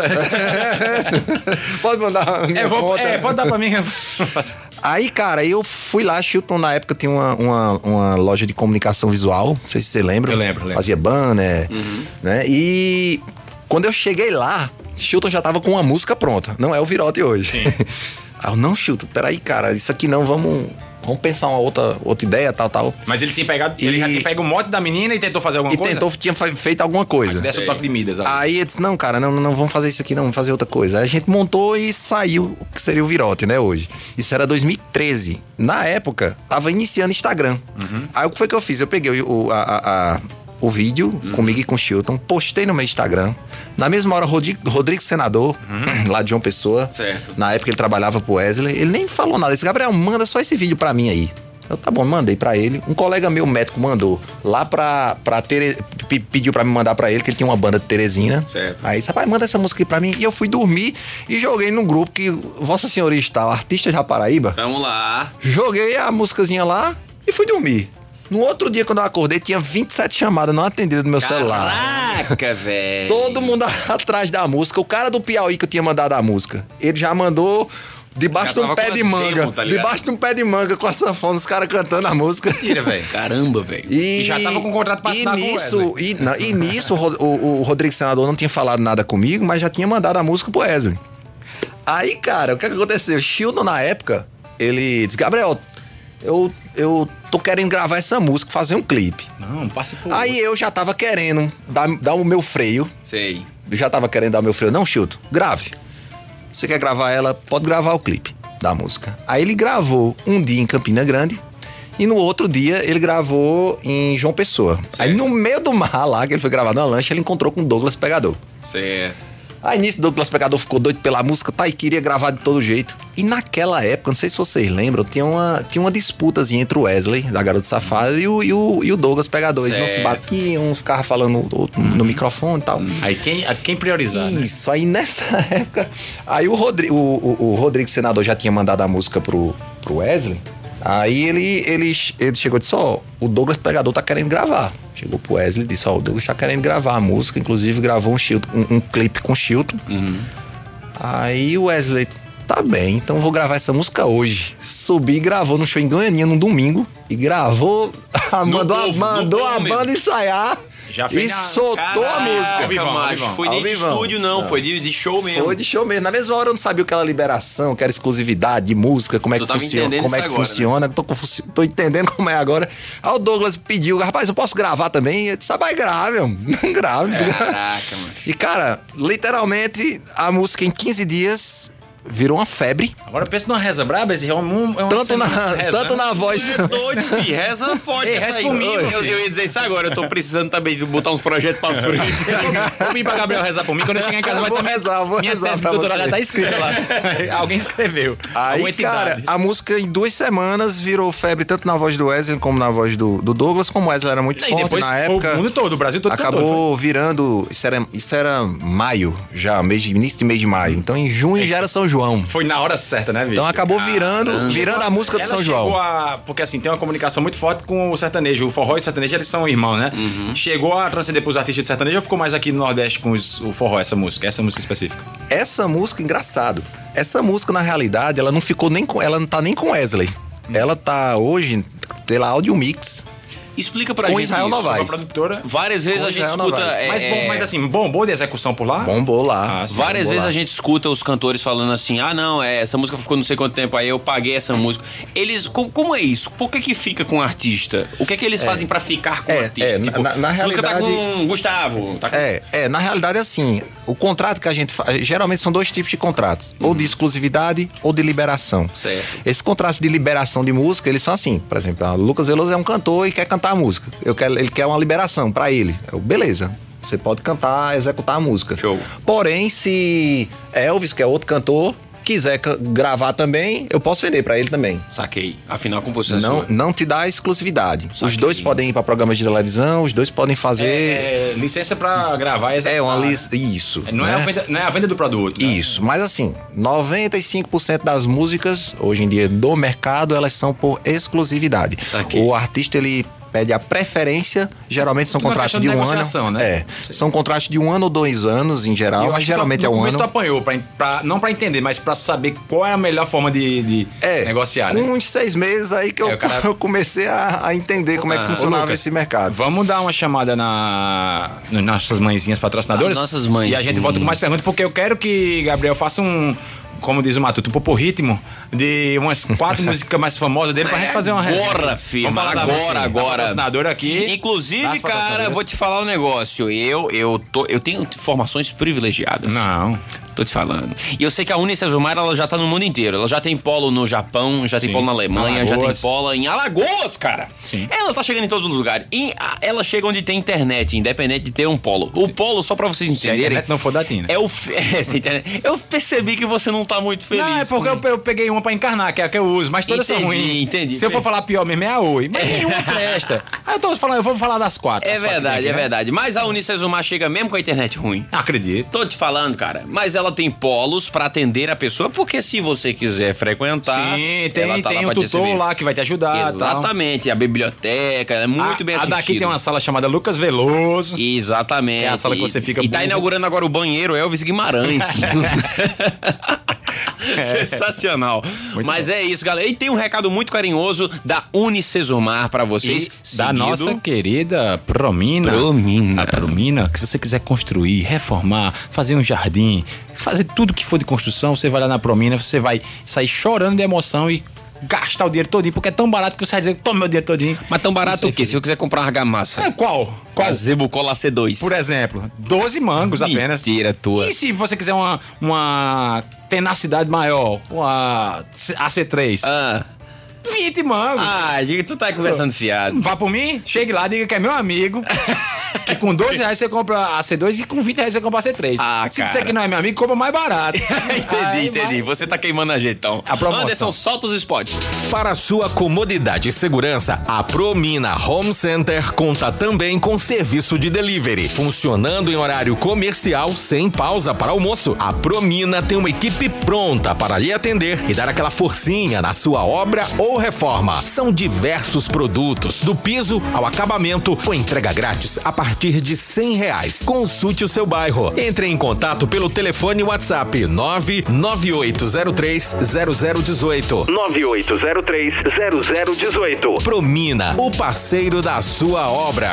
S8: Pode mandar a minha
S3: é, vou...
S8: conta.
S3: é, pode dar pra mim.
S8: Aí, cara, eu fui lá, Chilton, na época tinha uma, uma, uma loja de comunicação visual, não sei se você lembra.
S3: Eu lembro, Uhum. lembro.
S8: Fazia banner, né? E quando eu cheguei lá, Chilton já tava com uma música pronta, não é o Virote hoje. *laughs* Aí eu, não, Chilton, peraí, cara, isso aqui não, vamos, vamos pensar uma outra, outra ideia, tal, tal.
S3: Mas ele tinha pegado... Ele
S8: E-
S3: já tinha pego o mote da menina e tentou fazer alguma
S8: e
S3: coisa?
S8: tentou, tinha fa- feito alguma coisa.
S3: Desce o toque de Midas. ali.
S8: Aí eu disse, não, cara, não, não, não, vamos fazer isso aqui, não, vamos fazer outra coisa. Aí a gente montou e saiu o que seria o Virote, né, hoje. Isso era 2013. Na época, tava iniciando Instagram. Aí o que foi que eu fiz? Eu peguei o, o- a- a- a- o vídeo comigo e com o Chilton, postei no meu Instagram. Na mesma hora, Rodrigo, Rodrigo Senador, lá de João Pessoa.
S2: Certo.
S8: Na época ele trabalhava pro Wesley, ele nem me falou nada. Ele disse, Gabriel, manda só esse vídeo pra mim aí. Eu, tá bom, mandei pra ele. Um colega meu, médico, mandou lá pra, pra Tere... pe- Pediu pra me mandar pra ele, que ele tinha uma banda de Teresina.
S2: Certo.
S8: Aí, rapaz, manda essa música aqui pra mim. E eu fui dormir e joguei num grupo que Vossa Senhoria está, o artista já Paraíba.
S2: Tamo lá.
S8: Joguei a músicazinha lá e fui dormir. No outro dia, quando eu acordei, tinha 27 chamadas não atendidas no meu celular. *laughs*
S2: Caraca, velho.
S8: Todo mundo *laughs* atrás da música. O cara do Piauí que eu tinha mandado a música, ele já mandou debaixo de
S2: Já
S8: um
S2: tava
S8: pé
S2: com
S8: de
S2: a demo,
S8: manga.
S2: tá ligado?
S8: debaixo de um pé de manga com a sanfona, os caras cantando a música.
S3: *laughs* Mentira, velho.
S2: Caramba, velho.
S8: E,
S3: E já tava com o contrato pra
S8: e
S3: assinar com o
S8: nisso, e, não, e nisso o, Ro- o- o Rodrigo Senador não tinha falado nada comigo, mas já tinha mandado a música pro Wesley. Aí, cara, o que que aconteceu? O Chilton, na época, ele disse, Gabriel, eu, eu tô querendo gravar essa música, fazer um clipe.
S3: Não, passe por...
S8: Aí eu já tava querendo dar, dar o meu freio,
S2: Sei.
S8: eu já tava querendo dar meu freio. Não, Chilton, grave. Você quer gravar ela? Pode gravar o clipe da música. Aí ele gravou um dia em Campina Grande E no outro dia ele gravou em João Pessoa. Aí no meio do mar lá, que ele foi gravar numa lancha, ele encontrou com o Douglas Pegador.
S2: Certo.
S8: Aí nisso, Douglas Pegador ficou doido pela música, tá? E queria gravar de todo jeito. E naquela época, não sei se vocês lembram, tinha uma, tinha uma disputazinha entre o Wesley, da Garota Safada, e o, e o, e o Douglas Pegador. Eles não se
S2: Certo.
S8: batiam, um ficava falando do outro no microfone e tal.
S3: Aí quem, a quem priorizar, né?
S8: Isso, aí nessa *laughs* época. Aí o, Rodri, o, o, o Rodrigo Senador já tinha mandado a música pro, pro Wesley. Aí ele, ele, ele chegou e disse: Ó, o Douglas Pegador tá querendo gravar. Chegou pro Wesley e disse: Ó, o Douglas tá querendo gravar a música. Inclusive gravou um, Chilton- um, um clipe com o Chilton.
S2: Uhum.
S8: Aí o Wesley, tá bem, então eu vou gravar essa música hoje. Subi e gravou no show em Goianinha no domingo. E gravou, *laughs* mandou, a-
S2: povo, no
S8: mandou a
S2: povo mesmo.
S8: banda ensaiar.
S3: Já
S8: e
S3: fez a-
S8: soltou a
S2: Caraca,
S8: música.
S3: Alvivão,
S2: macho,
S3: alvivão.
S2: Foi nem de
S8: Alvivão.
S2: estúdio, não. Foi de, de show mesmo.
S8: Foi de show mesmo. Na mesma hora eu não sabia o que era liberação, o que era exclusividade de música, como é
S2: Tu
S8: que
S2: tava
S8: funciona,
S2: entendendo
S8: como é
S2: isso
S8: que
S2: agora, né?
S8: funciona. Tô, confusi- tô entendendo *laughs* como é agora. Aí o Douglas pediu, rapaz, eu posso gravar também? Eu disse, ah, vai grave, não *laughs* grave.
S2: Caraca, mano.
S8: E cara, literalmente a música em 15 dias virou uma febre.
S3: Agora pensa numa reza braba, esse é um... É um
S8: Tanto na, *laughs* tanto
S3: né?
S8: na
S2: *laughs*
S8: voz.
S2: É
S8: *laughs*
S2: doido, fi. Reza forte.
S3: Ei,
S2: essa
S3: reza
S2: aí.
S3: comigo,
S2: Eu- eu,
S3: filho.
S2: eu ia dizer isso agora. Eu tô precisando também de botar uns projetos pra
S8: *laughs*
S2: frente.
S3: Vou vir pra Gabriel rezar por mim, quando eu chegar em casa
S8: Eu
S3: vai
S8: vou
S3: ter minha-
S8: rezar, eu vou
S3: minha
S8: rezar
S3: tese
S8: pra
S3: doutoral
S8: você.
S3: já tá escrita lá. *laughs* Alguém escreveu. Alguma
S8: Aí,
S3: entidade.
S8: cara, a música em duas semanas virou febre tanto na voz do Wesley como na voz do, do Douglas. Como o Wesley era muito
S3: E
S8: forte
S3: depois
S8: na
S3: foi
S8: época.
S3: o mundo todo, o Brasil todo
S8: acabou
S3: cantou,
S8: virando. Isso era, isso era maio, já, mês de- início de mês de maio. Então em junho já era São João.
S3: Foi na hora certa, né, bicho?
S8: Então acabou virando, virando a música do
S3: Ela
S8: São
S3: chegou
S8: João.
S3: a- porque assim, tem uma comunicação muito forte com o sertanejo. O forró e o sertanejo, eles são irmãos, né?
S8: Uhum.
S3: Chegou a transcender pros artistas de sertanejo ou ficou mais aqui no Nordeste com os- o forró, essa música? Essa música específica.
S8: Essa música, engraçado. Essa música, na realidade, ela não ficou nem com. Ela não tá nem com Wesley. Ela tá hoje pela Audio Mix.
S2: Explica pra
S8: Com
S2: gente
S8: Israel
S2: isso.
S8: Novaes.
S3: A produtora...
S2: Várias vezes
S8: Com
S2: a gente
S8: Israel
S2: escuta...
S8: Novaes.
S2: é,
S3: mas, bom,
S2: é,
S3: mas assim, bombou de execução por lá?
S8: Bombou lá.
S3: Ah, sim.
S2: Várias
S8: Vamos
S2: vezes
S8: lá.
S2: a gente escuta os cantores falando assim: ah, não, é, essa música ficou não sei quanto tempo aí, eu paguei essa música. Eles. co- Como, é isso? Por que, que fica com o artista? O que é que eles fazem pra ficar com o
S8: É,
S2: artista?
S8: é, na- na- na
S2: essa música tá
S8: realidade-
S2: com o Gustavo. Tá com...
S8: É, é, na realidade é assim, o contrato que a gente faz, geralmente são dois tipos de contratos, ou de exclusividade ou de liberação.
S2: Certo.
S8: Esse contrato de liberação de música, eles são assim, por exemplo, ah, o Lucas Veloso é um cantor e quer cantar a música. Eu quero, ele quer uma liberação pra ele. Eu, beleza. Você pode cantar, executar a música.
S2: Show.
S8: Porém, se Elvis, que é outro cantor, quiser ca- gravar também, eu posso vender pra ele também.
S2: Saquei. Afinal, a composição é
S8: Não,
S2: sua.
S8: não te dá exclusividade. Os
S2: Saquei.
S8: dois podem ir pra programas de televisão, os dois podem fazer.
S3: É, é, licença pra gravar e executar.
S8: É uma lista. Isso.
S3: Não é,
S8: né?
S3: a venda, não é a venda do produto. né?
S8: Isso, mas assim, 95% das músicas hoje em dia do mercado, elas são por exclusividade.
S2: Saquei.
S8: O artista ele pede a preferência, geralmente são
S3: Tudo uma questão
S8: contratos de
S3: de
S8: um
S3: negociação,
S8: ano.
S3: né?
S8: É, são contratos de um ano ou dois anos em
S3: E eu
S8: geral,
S3: acho
S8: mas
S3: que
S8: geralmente
S3: tu-
S8: é
S3: no
S8: um
S3: começo tu
S8: ano.
S3: apanhou, pra, pra- não pra entender, mas pra saber qual é a melhor forma de, de
S8: É,
S3: negociar, né?
S8: com uns seis meses aí que eu,
S3: É, o cara-
S8: *laughs* eu comecei a, a entender como é que
S2: Ah,
S8: funcionava
S3: Lucas,
S8: esse mercado.
S3: Vamos dar uma chamada na nas nossas mãezinhas patrocinadoras.
S2: As nossas mães,
S3: E a gente
S2: sim.
S3: volta com mais perguntas, porque eu quero que Gabriel faça um. Como diz o Matuto, um popo ritmo de umas
S8: *laughs*
S3: quatro músicas mais famosas dele pra
S8: É
S3: gente fazer uma resenha.
S2: Agora, filho.
S3: Vamos falar da-
S2: agora,
S3: da
S2: agora.
S3: patrocinadora aqui. Tá
S2: Inclusive,
S3: Das
S2: cara,
S3: patrocinadoras.
S2: vou te falar um negócio. Eu, eu, tô, eu tenho informações privilegiadas.
S3: Não.
S2: Tô te falando. E eu sei que a Unicesumar ela já tá no mundo inteiro. Ela já tem polo no Japão, já tem polo na Alemanha, já tem
S3: Alagoas.
S2: polo em Alagoas, cara. Ela tá chegando em todos os lugares. E a- ela chega onde tem internet, independente de ter um polo. O polo, só pra vocês
S3: Se a
S2: entenderem.
S3: internet não for da Tina.
S2: é o. fe- *laughs* É, se a internet... Eu percebi que você não tá muito feliz.
S3: Não, é porque
S2: com-
S3: eu, eu peguei uma pra encarnar, que é a que eu uso, mas todas são
S2: Entendi,
S3: ruins.
S2: entendi.
S3: Se eu for falar pior mesmo, é a Oi. Mas nenhuma presta. Aí eu tô falando, eu vou falar das quatro.
S2: É
S3: as quatro que
S2: verdade,
S3: tem aqui,
S2: é
S3: né?
S2: verdade. Mas a Unicesumar chega mesmo com a internet ruim.
S3: Não acredito.
S2: Tô te falando, cara. Mas ela tem polos pra atender a pessoa, porque se você quiser frequentar.
S3: Sim,
S2: ela
S3: tem,
S2: tá lá
S3: tem o
S2: pra te
S3: tutor
S2: receber.
S3: lá que vai te ajudar. tal.
S2: Exatamente, a biblioteca, ela é muito
S3: a,
S2: bem
S3: A
S2: assistida.
S3: daqui tem uma sala chamada Lucas Veloso.
S2: Exatamente.
S3: É a sala que você fica
S2: E tá
S3: burro.
S2: inaugurando agora o banheiro Elvis
S3: *laughs*
S2: Guimarães. *laughs*
S3: É.
S2: Sensacional. Mas é isso, galera. E tem um recado muito carinhoso da Unicesumar pra vocês.
S3: E da nossa querida Promina.
S2: Promina.
S3: A Promina, que se você quiser construir, reformar, fazer um jardim, fazer tudo que for de construção, você vai lá na Promina, você vai sair chorando de emoção e gastar o dinheiro todinho, porque é tão barato que você vai dizer, toma meu dinheiro todinho.
S2: Mas tão barato o quê? Se eu quiser comprar uma argamassa.
S3: É, qual? Qual?
S2: Gazebo Cola C2.
S3: Por exemplo, 12 mangos apenas.
S2: Mentira tua.
S3: E se você quiser uma, uma tenacidade maior, uma AC3,
S2: Ah,
S3: 20 mangos.
S2: Ah, diga, tu tá
S3: *laughs*
S2: conversando fiado. *laughs*
S3: Vá por mim, chegue lá, diga que é meu amigo. que com 12 reais você compra a C2 e com 20 reais você compra a C3.
S2: Ah,
S3: Se
S2: cara.
S3: disser que não é meu amigo, compra mais barato.
S2: *laughs* entendi,
S3: Aí
S2: entendi. Você tá queimando a gente, então.
S3: A promoção.
S2: Anderson, solta os spots.
S9: Para sua comodidade e segurança, a Promina Home Center conta também com serviço de delivery. Funcionando em horário comercial, sem pausa para almoço, a Promina tem uma equipe pronta para lhe atender e dar aquela forcinha na sua obra ou reforma. São diversos produtos, do piso ao acabamento, com entrega grátis a partir de R$ 100 reais. Consulte o seu bairro. Entre em contato pelo telefone WhatsApp 998030018.
S10: 9803-0018.
S9: Promina, o parceiro da sua obra.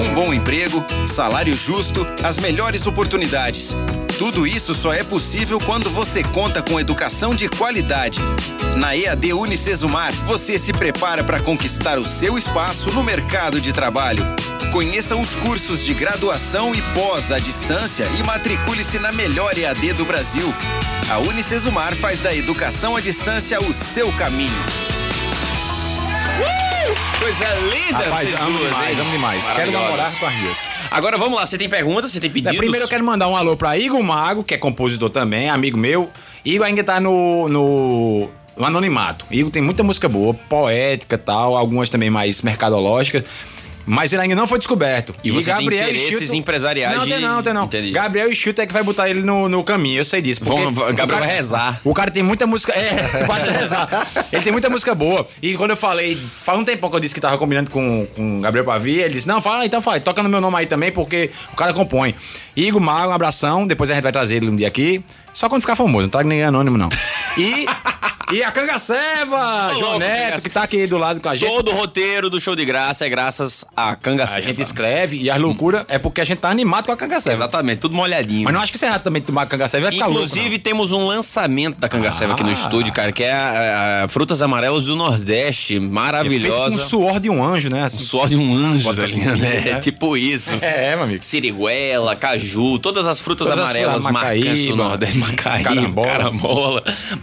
S4: Um bom emprego, salário justo, as melhores oportunidades. Tudo isso só é possível quando você conta com educação de qualidade. Na EAD Unicesumar, você se prepara para conquistar o seu espaço no mercado de trabalho. Conheça os cursos de graduação e pós à distância e matricule-se na melhor EAD do Brasil. A Unicesumar faz da educação à distância o seu caminho.
S2: Coisa
S3: é,
S2: linda,
S3: Rapaz,
S2: vocês
S3: amo
S2: duas,
S3: demais,
S2: hein?
S3: amo demais. Quero namorar
S2: Maravilhosas.
S3: com a Rias.
S2: Agora vamos lá, você tem perguntas, você tem
S3: É,
S2: pedidos?
S3: primeiro eu quero mandar um alô pra Igor Mago, que é compositor também, amigo meu. Igor ainda tá no, no, no anonimato. Igor tem muita música boa, poética e tal, algumas também mais mercadológicas. Mas ele ainda não foi descoberto.
S2: E você tem interesses
S3: Schulte-
S2: empresariais
S3: Não, tem
S2: de-
S3: não, tem não.
S2: Entendi.
S3: Gabriel e Schulte é que vai botar ele no, no caminho, eu sei disso. porque
S2: Vamos,
S3: o
S2: Gabriel
S3: cara-
S2: vai rezar.
S3: o cara tem muita música. É, *laughs* basta rezar. Ele tem muita música boa. E quando eu falei, faz um tempão que eu disse que tava combinando com com o Gabriel Pavia, ele disse: Não, fala, então fala, toca no meu nome aí também, porque o cara compõe. Igor Mago, um abração. Depois a gente vai trazer ele um dia aqui. Só quando ficar famoso, não tá ninguém anônimo, não. E. E a Cangaceva,
S2: Ô,
S3: João
S2: louco,
S3: Neto,
S2: Cangaceva.
S3: que tá aqui do lado com a gente.
S2: Todo o roteiro do show de graça é graças a Cangaceira.
S3: A gente escreve e as loucuras é porque a gente tá animado com a Cangaceva.
S2: Hum. Exatamente, tudo molhadinho.
S3: Mas não acho que você errado também tomar a é Cangaceva vai ficar
S2: Inclusive,
S3: louco.
S2: temos um lançamento da Cangaceva aqui no
S3: Ah.
S2: estúdio, cara, que é a, a Frutas Amarelas do
S3: não. É
S2: Nordeste,
S3: feito com o
S2: maravilhosa.
S3: suor de um anjo, né? Assim.
S2: Suor de um anjo,
S3: Bota
S2: assim,
S3: assim,
S2: né?
S3: né?
S2: Tipo isso.
S3: É, é, meu amigo.
S2: Siriguela, caju, todas as frutas
S3: Todas as
S2: amarelas
S3: frutas,
S2: marcantes do
S3: macaíba,
S2: Nordeste. Macaíba, carambola.
S3: carambola.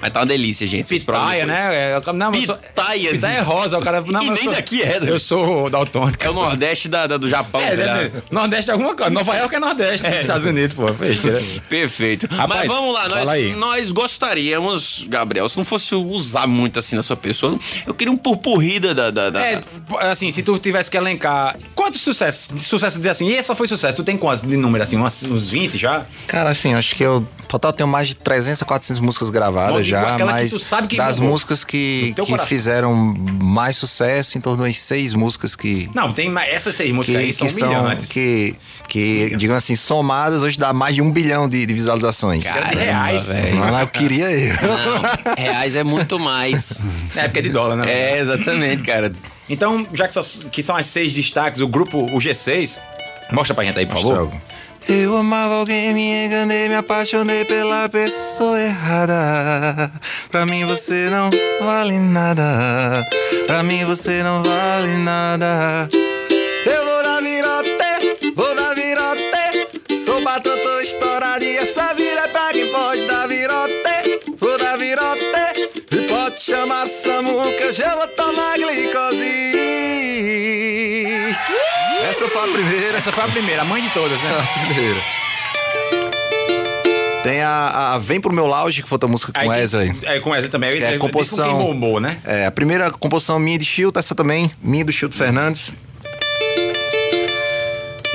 S2: Mas tá uma delícia, gente. Vocês provem
S3: Pitaia,
S2: depois.
S3: né? É, eu- não, mas eu sou-
S2: Pitaia.
S3: Pitaia é rosa, o cara. Não,
S2: E
S3: mas eu
S2: nem
S3: sou-
S2: daqui é, né?
S3: Eu sou daltônico.
S2: É o Nordeste da, da- do Japão,
S3: É,
S2: sei lá.
S3: deve- Nordeste é alguma coisa. Nova York é Nordeste. dos Estados Unidos, pô. Besteira.
S2: Perfeito. Mas
S3: Rapaz,
S2: vamos lá,
S3: fala aí.
S2: nós, nós gostaríamos, Gabriel, se não fosse usar muito assim na sua pessoa, eu queria um purpurri da. da, da- da-
S3: É, pô, assim, se tu tivesse que elencar. Quantos sucessos? Sucesso dizer assim, e essa foi sucesso. Tu tem quantos de número assim? Umas- uns 20 já?
S8: Cara, assim, acho que eu. Total, tenho mais de 300 a 400 músicas gravadas
S3: Bom, tipo,
S8: já,
S3: aquela que
S8: mas
S3: tu sabe que
S8: das
S3: pegou
S8: músicas que,
S3: no teu
S8: que
S3: coração.
S8: fizeram mais sucesso, em torno de seis músicas que.
S3: Não, tem mais- essas seis músicas aí
S8: Que,
S3: são
S8: que são.
S3: humilhantes.
S8: Que, que, digamos assim, somadas, hoje dá mais de um bilhão de, de visualizações.
S3: Era de reais.
S8: Mas lá eu queria eu.
S3: *laughs*
S2: Não, reais é muito mais.
S3: Na época de dólar, né?
S2: É, exatamente, cara.
S3: Então, já que, só- que são as seis destaques, o grupo, o G6, mostra pra gente aí, por favor.
S8: Eu amava alguém, me enganei, me apaixonei pela pessoa errada. Pra mim você não vale nada. Pra mim você não vale nada. Eu vou na virote, vou na virote. Sou batota estourada e essa vira é pra quem pode dar virote. Vou dar virote. E pode chamar Samuca, já vou tomar glicose. Essa foi a primeira.
S3: Essa foi a primeira, a mãe de todas, né?
S8: Primeiro. Tem a, a Vem Pro Meu Lounge, que foi outra música
S3: Aí
S8: com
S3: que-
S8: Wesley.
S3: É, com Wesley também.
S8: É,
S3: Wesley
S8: composição.
S3: Disse com quem bombou, né?
S8: É, a primeira composição minha de Chilton, essa também, minha do Chilton Fernandes.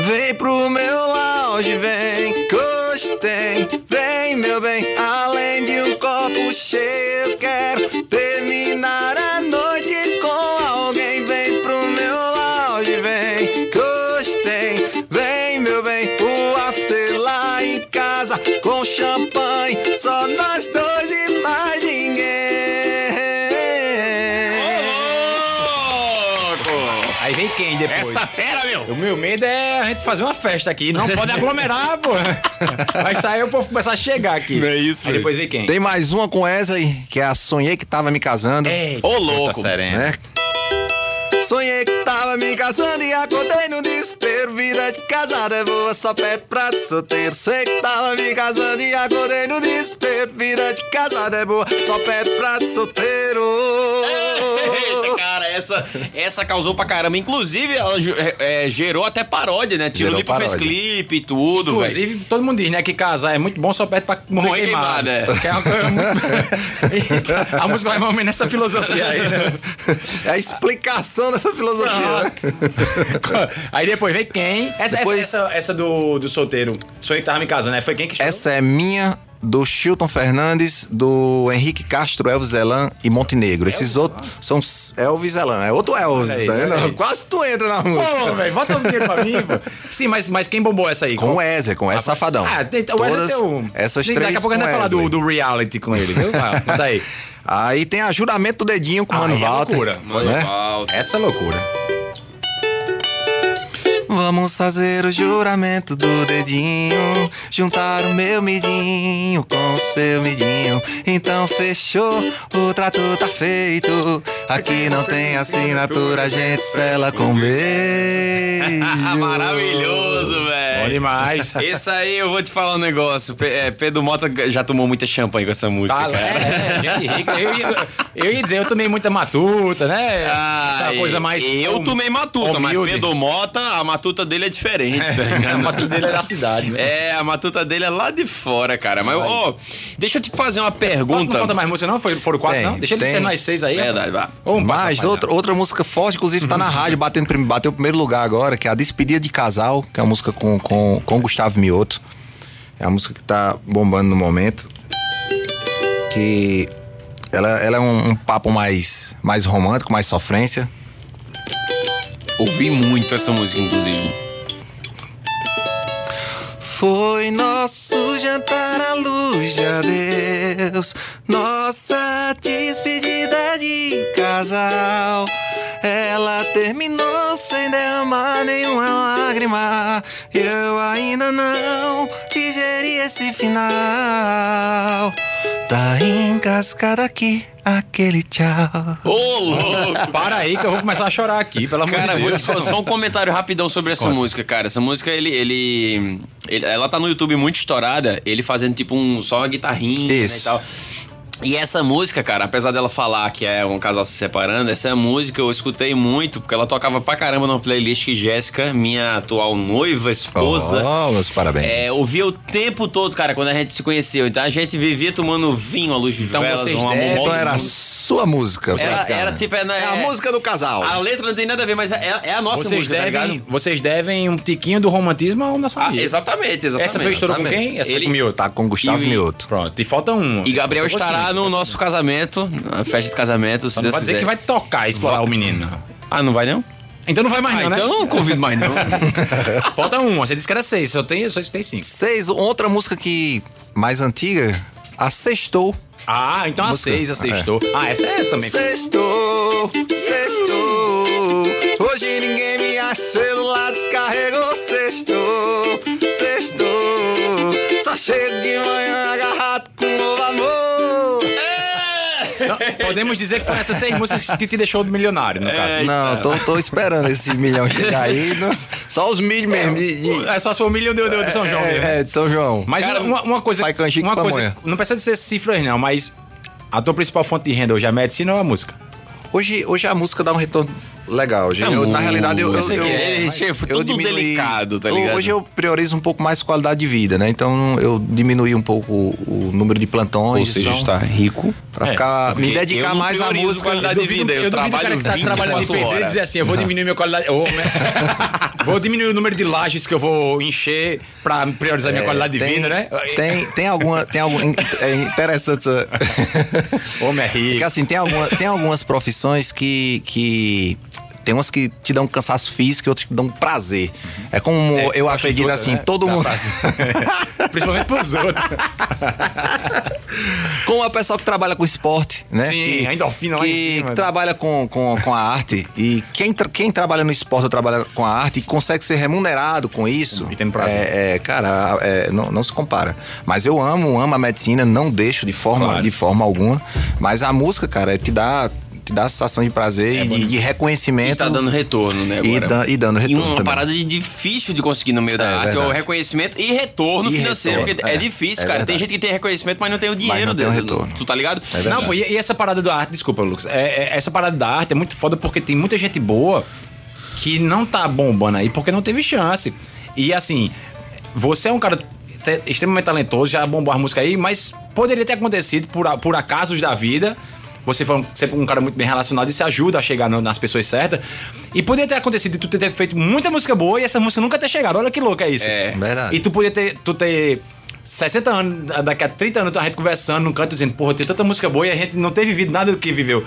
S8: Vem pro meu lounge, vem, gostei, vem meu bem. Além de um copo cheio, eu quero terminar a noite com alguém. Vem pro meu lounge, vem, gostei, vem meu bem. O after lá em casa com champanhe, só nós dois e mais ninguém.
S3: Aí vem quem depois?
S2: Essa fera, meu!
S3: O meu medo é a gente fazer uma festa aqui. Não pode aglomerar, *laughs* pô. Vai sair o povo começar a chegar aqui.
S2: Não é isso,
S3: Aí
S2: velho.
S3: depois vem quem?
S8: Tem mais uma com Wesley, que é a Sonhei que tava me casando.
S3: Ei,
S2: Ô, louco!
S3: serena.
S8: né? Sonhei que tava me casando e acordei no desespero. Vida de casada é boa, só pede pra de solteiro. Sonhei que tava me casando e acordei no desespero. Vida de casada é boa, só pede pra de solteiro.
S3: *laughs*
S2: Cara, essa, essa causou pra caramba. Inclusive, ela ge- é, é, gerou até paródia, né? Tiro
S8: Gerou
S2: Lipo fez
S8: paródia.
S2: clipe e tudo, velho.
S3: Inclusive, todo mundo diz, né, que casar é muito bom, só perde pra morrer,
S2: Morrer
S3: queimado.
S2: queimado, é.
S3: Que é uma coisa
S8: *laughs*
S3: muito... a música vai mais ou menos nessa filosofia aí. né?
S8: É a explicação dessa filosofia. né?
S3: aí depois vem quem. Essa,
S8: Depois-
S3: essa, essa, essa do, do solteiro. Sou eu que tava me casando, né? Foi quem que chegou?
S8: Essa é minha, do Chilton Fernandes, do Henrique Castro, Elvis Elan e Montenegro. Esses outros são s- Elvis Elan. É outro Elvis,
S3: aí,
S8: tá vendo?
S3: olha aí.
S8: Quase tu entra na
S3: Pô,
S8: música.
S3: velho, bota um dinheiro pra mim, pô. *laughs* Sim, mas, mas quem bombou essa aí?
S8: com o Wesley, com essa safadão.
S3: Ah, tem, o Wesley tem um.
S8: Essas
S3: Daqui
S8: três
S3: a pouco a gente vai
S8: com
S3: falar do,
S8: Wesley.
S3: do reality com ele, viu? Ah, Conta aí.
S8: Aí tem a Juramento do Dedinho com o Mano
S3: Aí é
S8: Walter.
S3: loucura.
S8: né?
S3: *laughs* Essa é loucura.
S8: Vamos fazer o juramento do dedinho, juntar o meu midinho com o seu midinho. Então fechou, o trato tá feito. Aqui não tem assinatura, a gente sela com
S3: *laughs*
S8: beijo.
S2: Ah, Maravilhoso,
S3: Bom
S2: velho.
S3: É *laughs* demais.
S2: Esse aí eu vou te falar um negócio. Pe- é, Pedro Mota já tomou muita champanhe com essa música,
S3: Tá,
S2: cara.
S3: é, é, gente rica. Eu, ia, eu ia dizer, eu tomei muita matuta, né?
S2: Ah,
S3: Essa coisa mais.
S2: Eu
S3: hum-
S2: tomei matuta, mas
S3: humilde.
S2: Pedro Mota, a matuta dele é diferente,
S3: *laughs*
S2: tá
S3: A
S2: ligado?
S3: matuta dele é da cidade, né?
S2: É, a matuta dele é lá de fora, cara. Mas, ó, deixa eu te fazer uma
S3: Não
S2: pergunta.
S3: falta mais música, não? Foi- Foram quatro,
S8: Tem,
S3: não? Deixa ele
S8: tem.
S3: terminar as seis aí.
S2: Verdade, vá.
S3: Ou um papo,
S8: Mas
S3: rapaz,
S8: outra, outra música forte, inclusive, tá na rádio, batendo, prim- bateu o primeiro lugar agora, que é a Despedida de Casal, que é uma música com, com, com Gustavo Mioto. É a música que tá bombando no momento. Que ela, ela é um, um papo mais, mais romântico, mais sofrência.
S2: Ouvi muito essa música, inclusive.
S8: Foi nosso jantar à luz de adeus, nossa despedida de casal. Ela terminou sem derramar nenhuma lágrima. Eu ainda não digeri esse final. Tá encascado aqui aquele tchau.
S2: Ô, louco!
S3: não. Para aí que eu vou começar a chorar aqui, pelo amor
S2: *laughs* Cara,
S3: de
S2: vou te
S3: Deus.
S2: falar só um comentário rapidão sobre essa música, cara. Essa música, ele, ele, ele- Ela tá no YouTube muito estourada, ele fazendo tipo um. só uma guitarrinha né,
S8: Isso.
S2: e tal. E essa música, cara, apesar dela falar que é um casal se separando, essa é música eu escutei muito, porque ela tocava pra caramba numa playlist que Jéssica, minha atual noiva, esposa,
S8: Oh, meus parabéns.
S2: É, ouvia o tempo todo, cara, quando a gente se conheceu. Então a gente vivia tomando vinho à luz de
S3: Então
S2: velas,
S3: vocês
S2: um amor
S3: devem-
S8: Então
S2: rosa.
S8: era a sua música,
S2: Era-
S8: Sacana.
S2: era tipo, é na-
S8: É a
S2: é-
S8: música do casal.
S2: A letra não tem nada a ver, mas é, é a nossa
S3: Vocês
S2: música, tá
S3: devem,
S2: ligado?
S3: vocês devem um tiquinho do romantismo ao nosso
S2: Ah,
S3: amigo.
S2: exatamente, exatamente.
S3: Essa foi o estouro com
S2: Exatamente.
S3: quem? Essa
S2: Ele-
S3: foi com o Mioto.
S8: Tá com Gustavo
S2: E-
S8: Mioto.
S3: Pronto, e falta um.
S2: E Gabriel
S3: Falta
S2: estará
S3: você.
S2: no nosso é. casamento, na festa de casamento, se
S3: assim. Só não
S2: Deus
S3: pode dizer
S2: quiser.
S3: que vai tocar, explorar o menino.
S2: Ah, não vai não?
S3: Então não vai mais
S2: Ah,
S3: não,
S2: então eu
S3: né?
S2: não convido mais não.
S3: Falta um. Você disse que era seis, só tem, só tem cinco.
S8: Seis, outra música que mais antiga, a Sextou.
S3: Ah, então a
S8: Música.
S3: seis, a sextou. Ah, essa é também.
S8: Sextou, sextou. Hoje ninguém me acha, celular descarregou. Sextou, sextou. Só chego de manhã agarrado com novo amor.
S3: Então, Podemos dizer que foram essas seis músicas que te deixou do milionário,
S2: É,
S3: no caso.
S2: então.
S8: Não, tô, tô esperando esse milhão chegar aí. não- Só os milhos mesmo. de- de-
S3: É só se for o milhão de, de, de São João mesmo.
S8: é, é, de São João.
S3: Mas
S2: Cara,
S3: uma, uma coisa.
S8: sai canjica
S3: uma
S8: pra
S3: coisa
S8: amanhã.
S3: Não precisa de ser cifras, não, mas a tua principal fonte de renda hoje é a medicina ou a música?
S8: Hoje, hoje a música dá um retorno legal. gente. Eu, na realidade, eu, eu,
S2: sei
S8: eu,
S2: que é,
S8: eu
S2: chefe, tudo delicado, tá
S8: eu-
S2: ligado?
S8: Hoje eu priorizo um pouco mais qualidade de vida, né? Então eu diminuí um pouco o, o número de plantões. então,
S2: rico.
S8: Pra
S3: É,
S8: ficar, me
S2: porque eu
S8: dedicar
S2: não
S8: mais à
S2: priorizo
S8: música.
S2: qualidade de vida. Eu, trabalho
S3: o cara que tá trabalhando
S2: 24
S3: de pedreiro
S2: horas.
S3: dizer assim, eu vou diminuir minha qualidade... Ô, né? *laughs* vou diminuir o número de lajes que eu vou encher pra priorizar
S2: É,
S3: minha qualidade de
S8: É, tem,
S3: vida, né?
S8: *laughs* Tem, tem alguma. Tem algum, é
S2: *laughs*
S8: interessante. essa-
S3: Homem é
S8: Porque
S3: rico.
S8: assim, tem, alguma, tem algumas profissões que. que tem umas que te dão um cansaço físico e outras que dão um prazer. É como eu acho que diz
S3: prefeitura,
S8: assim,
S3: né?
S8: todo
S3: Dá
S8: mundo.
S3: Principalmente pros outros.
S8: Como a pessoa que trabalha com esporte, né?
S3: Sim,
S8: que,
S3: a endorfina lá
S8: que,
S3: em cima. né?
S8: que trabalha com, com, com a arte. E quem, tra- quem trabalha no esporte ou trabalha com a arte e consegue ser remunerado com isso.
S3: E tendo prazer.
S8: É, é, cara, é, não, não se compara. Mas eu amo, amo a medicina, não deixo de forma,
S3: Claro.
S8: de forma alguma. Mas a música, cara, te dá. te- que dá sensação de
S3: É
S8: prazer e de, de reconhecimento.
S2: E tá dando retorno, né?
S8: E
S2: Agora.
S8: dan- e dando retorno
S2: E uma
S8: também.
S2: parada de- difícil de conseguir no meio da
S8: É
S2: arte é o
S8: verdade.
S2: reconhecimento e retorno
S8: E
S2: financeiro.
S8: retorno,
S2: porque é,
S8: é.
S2: difícil,
S8: É
S2: cara. Tem
S8: verdade.
S2: gente que tem reconhecimento, mas não tem o dinheiro
S8: não tem o
S2: dele.
S8: retorno.
S2: Tu tá ligado?
S3: Não, pô, e, e essa parada da arte, desculpa, Lucas. é- é- essa parada da arte é muito foda porque tem muita gente boa que não tá bombando aí porque não teve chance. E assim, você é um cara te- extremamente talentoso, já bombou a música aí, mas poderia ter acontecido por, a- por acasos da vida. Você foi um- sempre um cara muito bem relacionado, isso ajuda a chegar no- nas pessoas certas. E poderia ter acontecido de tu ter feito muita música boa e essa música nunca ter chegado. Olha que louco é isso.
S2: É.
S8: Verdade.
S3: E tu podia ter, tu ter 60 anos, daqui a 30 anos, a gente conversando num canto dizendo, porra, tem tanta música boa e a gente não ter vivido nada do que viveu.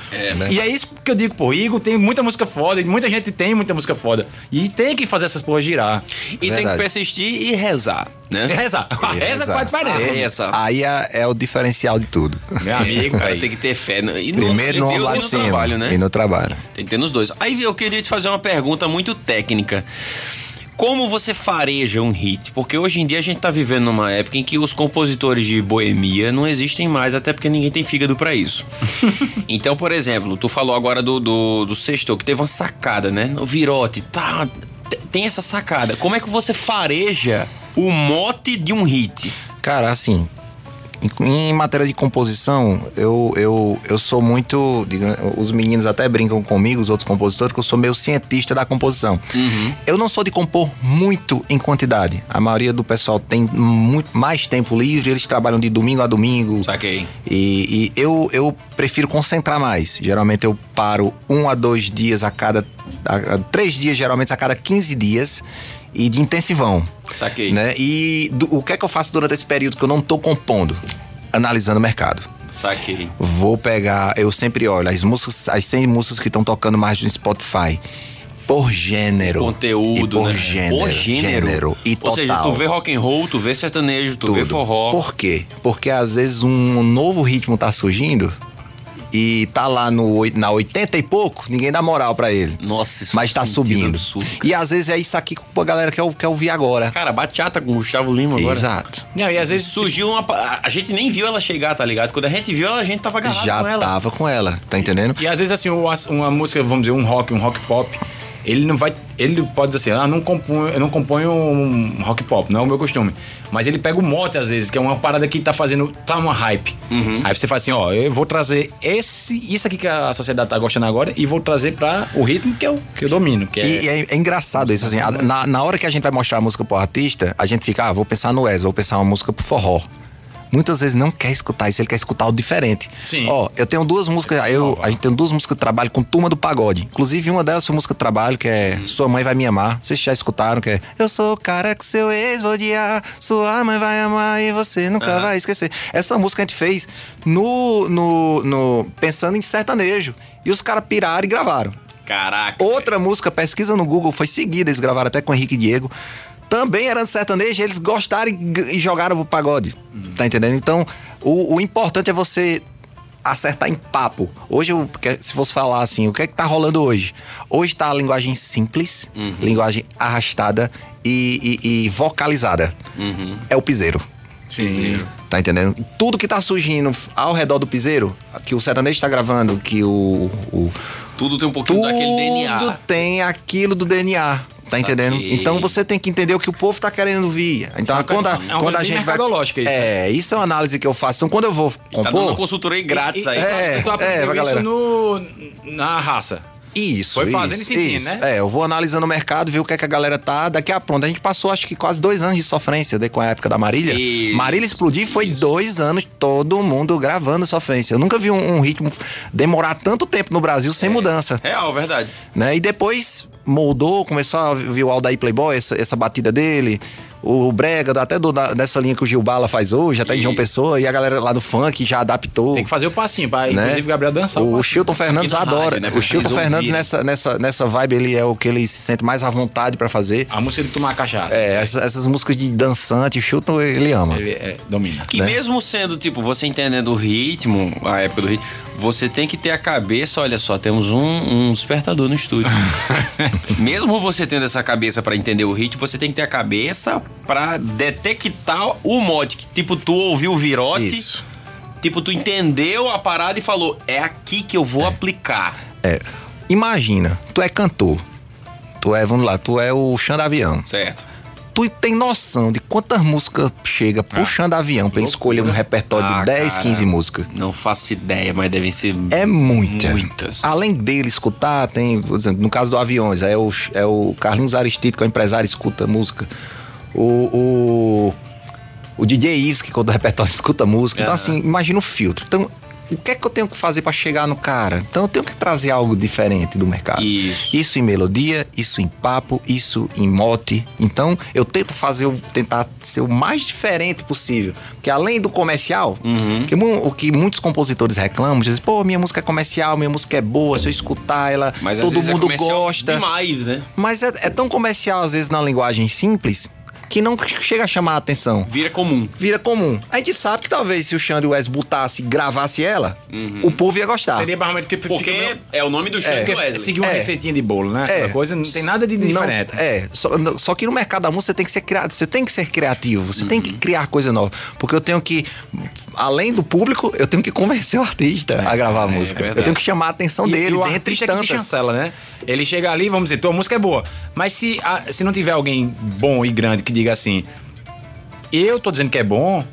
S3: e é isso que eu digo, pô, Igor tem muita música foda, e muita gente tem muita música foda. E tem que fazer essas porras girar.
S2: E tem que
S8: Verdade.
S2: persistir e rezar, né?
S3: Reza, reza com a
S2: Ah,
S3: diferença.
S2: Essa.
S8: Aí é, é o diferencial de tudo.
S3: Meu amigo,
S2: Cara,
S3: velho.
S2: tem que ter fé. no- E no,
S8: Primeiro
S2: e
S8: no
S2: Deus
S8: lado
S2: e
S8: de
S2: no
S8: cima
S2: trabalho, né?
S8: e no trabalho.
S2: Tem que ter nos dois. Aí eu queria te fazer uma pergunta muito técnica. Como você fareja um hit? Porque hoje em dia a gente tá vivendo numa época em que os compositores de boemia não existem mais, até porque ninguém tem fígado pra
S8: *laughs*
S2: isso. então, por exemplo, tu falou agora do, do, do Sextou, que teve uma sacada, né? O Virote, tá... te- Tem essa sacada. Como é que você fareja o mote de um hit?
S8: Cara, assim, em, em matéria de composição, eu, eu, eu sou muito. digamos, Os meninos até brincam comigo, os outros compositores, que eu sou meio cientista da composição. Eu não sou de compor muito em quantidade. A maioria do pessoal tem muito mais tempo livre, eles trabalham de domingo a domingo.
S2: Saquei.
S8: E, e eu, eu prefiro concentrar mais. Geralmente eu paro um a dois dias a cada. A, a- três dias, geralmente a cada 15 dias. E de intensivão.
S2: Saquei.
S8: Né? E do- o que é que eu faço durante esse período que eu não tô compondo? Analisando o mercado.
S2: Saquei.
S8: Vou pegar, eu sempre olho as músicas, as 100 músicas que estão tocando mais no Spotify. Por gênero.
S2: Conteúdo,
S8: e por
S2: né?
S8: gênero.
S2: Por gênero.
S8: E
S2: Ou
S8: total.
S2: seja, tu vê rock and roll, tu vê sertanejo, tu vê
S8: tudo.
S2: forró.
S8: Por quê? Porque às vezes um novo ritmo tá surgindo e tá lá no, oi- na 80 e pouco, ninguém dá moral pra ele.
S2: Nossa, isso
S8: Mas tá
S2: faz sentido
S8: subindo.
S2: absurdo, cara.
S8: e às vezes é isso aqui que a galera quer, ou- quer ouvir agora.
S2: Cara, bateata com o Gustavo Lima agora.
S8: Exato.
S3: Não, e às vezes
S2: Surgiu uma. pa- A gente nem viu ela chegar, tá ligado? Quando a gente viu ela, a gente tava agarrado
S8: Já
S2: com ela.
S8: tava com ela, tá entendendo?
S3: E às vezes, assim, o- uma música, vamos dizer, um rock, um rock pop, ele não vai. Ele pode dizer assim, ah, não componho, eu não componho um rock pop, não é o meu costume. Mas ele pega o mote, às vezes, que é uma parada que tá fazendo. tá uma hype. Aí você fala assim, ó, eu vou trazer esse, isso aqui que a sociedade tá gostando agora e vou trazer pra o ritmo que eu, que eu domino. Que é...
S8: E, e é, é engraçado isso, assim. a- na, na hora que a gente vai mostrar a música pro artista, a gente fica, ah, vou pensar no Wes, vou pensar uma música pro forró. Muitas vezes não quer escutar isso, ele quer escutar algo diferente.
S3: Sim. É
S8: Ó, eu tenho duas músicas, eu, a gente tem duas músicas de trabalho com turma do pagode. Inclusive, uma delas foi música de trabalho, que é
S3: Hum.
S8: Sua Mãe Vai Me Amar. Vocês já escutaram, que é Eu sou o cara que seu ex vou odiar, sua mãe vai amar e você nunca vai esquecer. Essa música a gente fez no, no, no- pensando em sertanejo. E os caras piraram e gravaram.
S2: Caraca.
S8: Outra música, pesquisa no Google, foi seguida, eles gravaram até com o Henrique e Diego. Também era sertanejo, eles gostaram e, g- e jogaram pro pagode. Tá entendendo? Então, o, o importante é você acertar em papo. Hoje, eu, porque se fosse falar assim, o que é que tá rolando hoje? Hoje tá a linguagem simples, linguagem arrastada e, e- e vocalizada. É o piseiro.
S3: Sim.
S8: Tá entendendo? Tudo que tá surgindo ao redor do piseiro, que o sertanejo tá gravando, que o- o
S2: Tudo tem um pouquinho
S8: tudo
S2: daquele DNA.
S8: tem aquilo do DNA. Tá entendendo?
S2: Saquei.
S8: Então você tem que entender o que o povo tá querendo ouvir. Então
S3: uma
S8: quando, a,
S3: coisa- é uma
S8: quando a
S3: coisa bem
S8: gente vai.
S3: mercadológica isso, né?
S8: é, isso é uma análise que eu faço. Então quando eu vou
S2: Tá dando uma
S8: compor.
S2: consultoria grátis aí.
S8: É,
S3: tu
S8: é,
S3: aprendeu isso
S8: vai, galera.
S3: no, na raça.
S8: Isso.
S3: Foi fazendo
S8: isso,
S3: e sentindo,
S8: isso.
S3: né?
S8: É, eu vou analisando o mercado, ver o que é que a galera tá. Daqui a pronto. A gente passou acho que quase dois anos de sofrência daí com a época da Marília.
S2: Isso,
S8: Marília explodir foi dois anos, todo mundo gravando sofrência. Eu nunca vi um, um ritmo demorar tanto tempo no Brasil
S3: É.
S8: sem mudança.
S2: Real, verdade.
S8: né? E depois moldou, começou a vir o Aldair Playboy, essa, essa batida dele, o Brega, até do, da- dessa linha que o Gil Bala faz hoje, até em João Pessoa, e a galera lá do funk já adaptou.
S3: Tem que fazer o passinho, pra,
S8: né?
S3: inclusive o Gabriel dançar.
S8: O,
S3: passinho.
S8: Chilton Fernandes
S2: Aqui na
S8: adora.
S2: rádio, né?
S8: O Chilton
S2: Precisa
S8: Fernandes
S2: ouvir.
S8: nessa, nessa, nessa vibe, ele é o que ele se sente mais à vontade pra fazer.
S3: A música de tomar cachaça.
S8: É, essa- essas, músicas de dançante, o Chilton, ele ama.
S3: Ele é, domina.
S8: Né?
S2: Que mesmo sendo, tipo, você entendendo o ritmo, a época do ritmo, você tem que ter a cabeça, olha só, temos um, um despertador no
S8: *laughs*
S2: estúdio. mesmo você tendo essa cabeça pra entender o ritmo, você tem que ter a cabeça pra detectar o mote. Que, tipo, tu ouviu o virote.
S8: Isso.
S2: Tipo, tu entendeu a parada e falou, é aqui que eu vou aplicar.
S8: É. Imagina, tu é cantor. Tu é, vamos lá, tu é o Xandavião.
S2: Certo.
S8: Tu tem noção de quantas músicas chega pro Xandavião pra ele escolher um repertório
S2: Ah,
S8: de 10,
S2: cara,
S8: 15 músicas?
S2: Não faço ideia, mas devem ser.
S8: É muitas.
S2: Muitas.
S8: Além dele escutar, tem, por exemplo, no caso do Aviões, é o, é o Carlinhos Aristide, que é o empresário, escuta música. O, o, o DJ Ives, que quando o repertório *laughs* escuta música. Então,
S2: Ah.
S8: assim, imagina o filtro. Então, o que é que eu tenho que fazer pra chegar no cara? Então, eu tenho que trazer algo diferente do mercado.
S2: Isso.
S8: Isso em melodia, isso em papo, isso em mote. Então, eu tento fazer, o- tentar ser o mais diferente possível. Porque além do comercial,
S2: Uhum.
S8: que mu- o que muitos compositores reclamam, dizem, pô, minha música é comercial, minha música é boa, se eu escutar ela,
S2: Mas às
S8: todo
S2: vezes é
S8: mundo
S2: comercial
S8: gosta.
S2: Demais, né?
S8: Mas é, é tão comercial, às vezes, na linguagem simples, que não chega a chamar a atenção
S2: Vira comum.
S8: vira comum. A gente sabe que talvez se o Xande West botasse, gravasse ela,
S2: Uhum.
S8: o povo ia gostar.
S3: Seria barramento que
S2: Porque é o nome do Chuck
S3: Porque
S2: Wesley.
S3: seguir uma
S8: É.
S3: receitinha de bolo, né? Essa coisa não tem nada de
S8: Não,
S3: diferente.
S8: é, só, não, só que no mercado da música você tem que ser criado, você tem que ser criativo, você tem
S3: Uhum.
S8: que criar coisa nova. Porque eu tenho que, além do público, eu tenho que convencer o artista a gravar a música. eu
S2: verdade.
S8: tenho que chamar a atenção dele,
S3: É, e o
S8: dentre
S3: artista que
S8: tantas.
S3: te chancela, né? Ele chega ali, vamos dizer, tua música é boa. Mas se, a- se não tiver alguém bom e grande que diga assim, eu tô dizendo que é bom.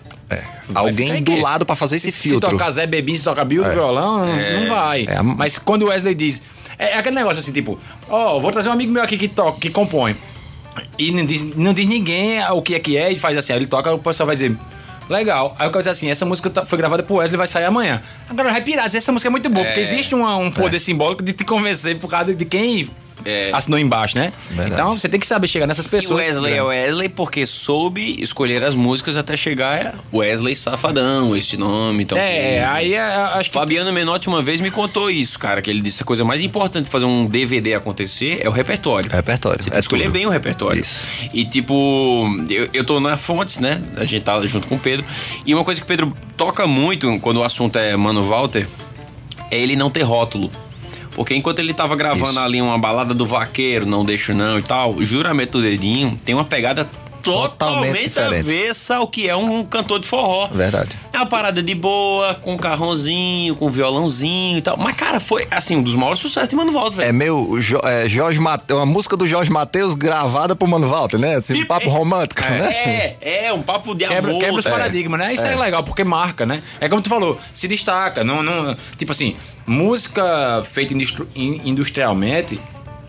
S8: Alguém do lado pra fazer esse
S3: É Se
S8: filtro.
S3: tocar Zé Bebinho, se tocar Bill, violão, não vai.
S8: É, a-
S3: Mas quando o Wesley diz. É aquele negócio assim, tipo, ó, vou trazer um amigo meu aqui que toca, que compõe. E não diz, não diz ninguém o que é que é, e faz assim, aí ele toca, o pessoal vai dizer. Legal. Aí o cara diz assim: essa música tá- foi gravada pro Wesley, vai sair amanhã. Agora vai pirar, diz, essa música é muito boa, porque existe uma- um poder simbólico de te convencer por causa de quem assinou embaixo, né?
S8: Verdade.
S3: Então você tem que saber chegar nessas
S2: E
S3: pessoas.
S2: Wesley é Wesley porque soube escolher as músicas até chegar a Wesley Safadão, esse nome. Então,
S3: É, aí é, acho que.
S2: Fabiano Menotti uma vez me contou isso, cara, que ele disse a coisa mais importante de fazer um DVD acontecer é o repertório.
S8: É repertório,
S2: Você tem
S8: é
S2: que escolher
S8: tudo.
S2: bem o repertório.
S8: Isso.
S2: E tipo, eu, eu tô na Fontes, né? A gente tá junto com o Pedro. E uma coisa que o Pedro toca muito quando o assunto é Mano Walter é ele não ter rótulo. Porque enquanto ele tava gravando
S8: Isso.
S2: ali uma balada do vaqueiro, não deixo não e tal, o juramento do dedinho tem uma pegada
S8: Totalmente
S2: totalmente,
S8: diferente.
S2: avessa ao que é um cantor de forró.
S8: Verdade.
S2: É uma parada de boa, com um carrãozinho, com um violãozinho e tal. Mas, cara, foi assim, um dos maiores sucessos de Mano Walter, velho.
S8: É meu, jo, é, Jorge Mate, uma música do Jorge Mateus gravada por Mano Walter, né? Esse
S2: Tipo,
S8: papo
S2: é-
S8: romântico, né?
S2: É, é, um papo de
S3: Quebra,
S2: amor.
S3: quebra os
S2: É.
S3: paradigmas, né? Isso é. legal, porque marca, né? É como tu falou, se destaca. Não, não, tipo assim, música feita industru- in- industrialmente.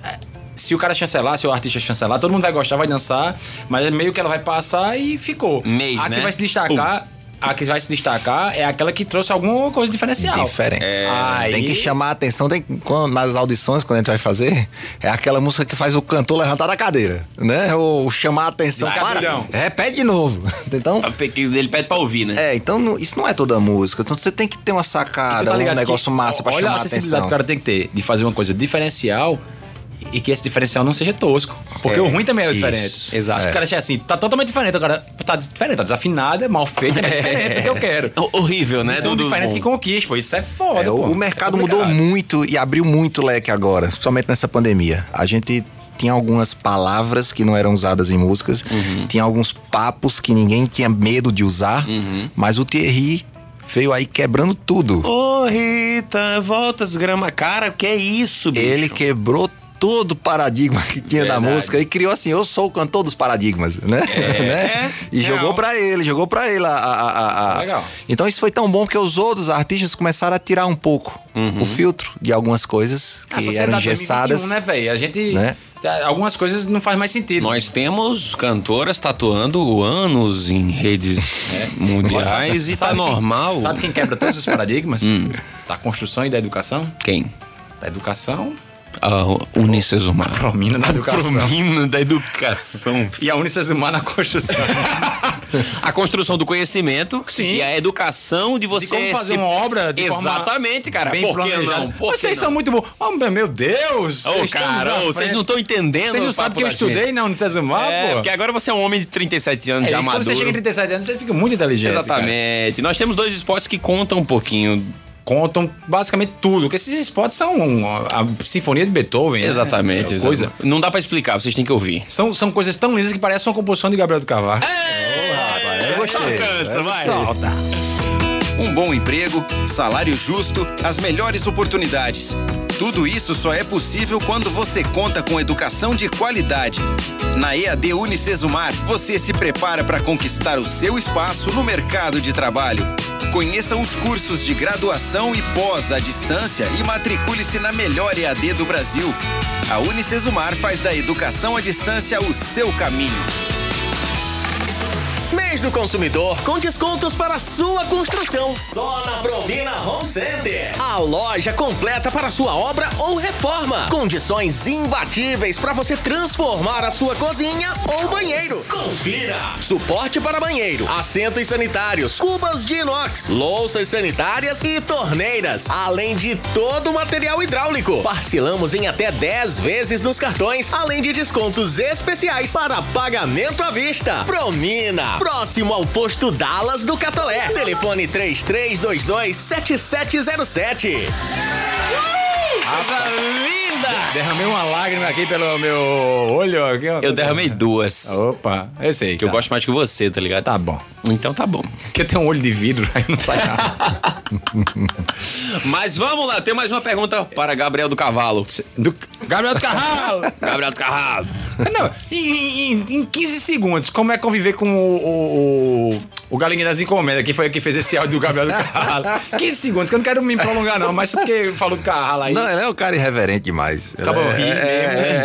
S3: é, Se o cara chancelar, se o artista chancelar, todo mundo vai gostar, vai dançar, mas é meio que ela vai passar e ficou.
S2: Mês,
S3: a que
S2: né?
S3: vai se destacar, a que vai se destacar é aquela que trouxe alguma coisa diferencial.
S8: Diferente.
S3: Aí-
S8: é, Tem que chamar a atenção, tem que- quando- nas audições, quando a gente vai fazer, é aquela música que faz o cantor levantar da cadeira, né? Ou chamar a atenção.
S3: Vai,
S8: Para,
S3: doidão.
S8: repete de novo. *laughs* Então,
S2: Pra- que Ele pede pra ouvir, né?
S8: é, então não- isso não é toda música. Então você tem que ter uma
S3: Tu
S8: sacada,
S3: tá
S8: um
S3: ligado que-
S8: negócio massa pra
S3: olha
S8: chamar
S3: a
S8: a
S3: acessibilidade
S8: atenção.
S3: que o cara tem que ter de fazer uma coisa diferencial e que esse diferencial não seja tosco. Porque
S8: É,
S3: o ruim também é o
S8: isso.
S3: diferente.
S8: Exato.
S3: Se o cara achar assim, tá totalmente diferente, o cara tá diferente, tá desafinado, é mal feito, é diferente do que eu
S8: *laughs*
S3: quero.
S2: Ho- Horrível, né?
S3: Isso é um
S2: Do- do-
S3: diferente
S2: bom.
S3: que conquista, pô. Isso é foda,
S8: É, o,
S3: pô.
S8: o mercado
S3: É
S8: mudou
S3: complicado.
S8: muito e abriu muito leque agora, principalmente nessa pandemia. A gente tinha algumas palavras que não eram usadas em músicas,
S3: Uhum.
S8: tinha alguns papos que ninguém tinha medo de usar,
S3: Uhum.
S8: mas o Thierry veio aí quebrando tudo.
S2: Ô, Rita, volta as grama. Cara, que é isso, bicho?
S8: Ele quebrou todo o paradigma que tinha da
S2: Verdade.
S8: música e criou assim, eu sou o cantor dos paradigmas, né?
S3: É,
S8: *laughs* Né? E
S2: real.
S8: jogou pra ele, jogou pra ele a, a- a- a-
S3: Legal.
S8: Então isso foi tão bom que os outros artistas começaram a tirar um pouco o filtro de algumas
S3: Uhum.
S8: coisas
S3: Ah, A
S8: que
S3: sociedade
S8: eram engessadas.
S3: 2021, né, velho? A gente...
S8: Né?
S3: tá, Algumas coisas não faz mais sentido.
S2: Nós temos cantoras tatuando anos em redes né,
S8: é.
S2: mundiais e tá
S3: É. Sabe quem-
S2: normal.
S3: Sabe quem quebra todos os paradigmas?
S8: Hum.
S3: Da construção e da educação?
S2: quem?
S3: Da educação,
S2: A Unicesumar.
S3: promina na educação.
S2: Promina da educação.
S3: E a Unicesumar na construção.
S8: *laughs*
S2: A construção do conhecimento
S3: Sim.
S2: e a educação de você. é
S3: de como fazer
S2: se-
S3: uma obra de forma
S2: Exatamente, cara.
S3: bem
S2: Por que
S3: planejada.
S2: não? Por que
S3: vocês
S2: não?
S3: são muito bons. Oh, meu Deus!
S2: Ô,
S3: estamos à
S2: cara, ô, vocês
S3: frente.
S2: não estão entendendo.
S3: né? Vocês não
S2: o
S3: sabem
S2: papo
S3: que eu
S2: da
S3: estudei
S2: gente.
S3: na Unicesumar,
S2: É,
S3: pô?
S2: porque agora você é um homem de 37
S3: É,
S2: anos, já
S3: e quando
S2: maduro.
S3: você chega em 37 anos, você fica muito inteligente. cara.
S2: Exatamente. Nós temos dois esportes que contam um pouquinho.
S3: Contam basicamente tudo. Porque esses spots são um- a sinfonia de Beethoven. né?
S2: Exatamente.
S3: É coisa.
S2: exatamente. Não dá pra explicar, vocês têm que ouvir.
S3: São, são coisas tão lindas que parecem
S2: É.
S3: uma composição de Gabriel do Carvalho.
S8: Eu gostei. né?
S2: Só cansa, vai.
S8: Solta.
S4: um bom emprego, salário justo, as melhores oportunidades. Tudo isso só é possível quando você conta com educação de qualidade. Na EAD Unicesumar, você se prepara para conquistar o seu espaço no mercado de trabalho. Conheça os cursos de graduação e pós à distância e matricule-se na melhor EAD do Brasil. A Unicesumar faz da educação à distância o seu caminho.
S5: Mês do consumidor com descontos para sua construção. Só na Promina Home Center. A loja completa para sua obra ou reforma. Condições imbatíveis para você transformar a sua cozinha ou banheiro. Confira. Suporte para banheiro, assentos sanitários, cubas de inox, louças sanitárias e torneiras, além de todo o material hidráulico. Parcelamos em até 10 vezes nos cartões, além de descontos especiais para pagamento à vista. Promina, próximo ao posto Dallas do Catolé. Telefone 3322 7707. Coisa linda!
S3: Derramei uma lágrima aqui pelo meu olho. Aqui, ó.
S2: Eu derramei duas.
S3: Opa, eu sei.
S2: Que eu gosto mais que você, tá ligado?
S3: Tá bom. *laughs*
S2: Então tá bom.
S3: Porque tem um olho de vidro, aí não sai nada.
S2: Mas vamos lá, tem mais uma pergunta para Gabriel do Cavalo.
S3: Do Gabriel do Carralo!
S2: Gabriel do Cavalo.
S3: *laughs* Não, em, em- em 15 segundos, como é conviver com o, o, o, o Galinha das Encomendas, que foi quem fez esse áudio do Gabriel do Carralo?
S8: *laughs*
S3: 15 segundos, que eu não quero me prolongar, não, mas porque falou do Carralo aí.
S8: Não, ele é um cara irreverente demais. Ele
S3: Acabou,
S8: é,
S3: ri mesmo, né?
S8: é,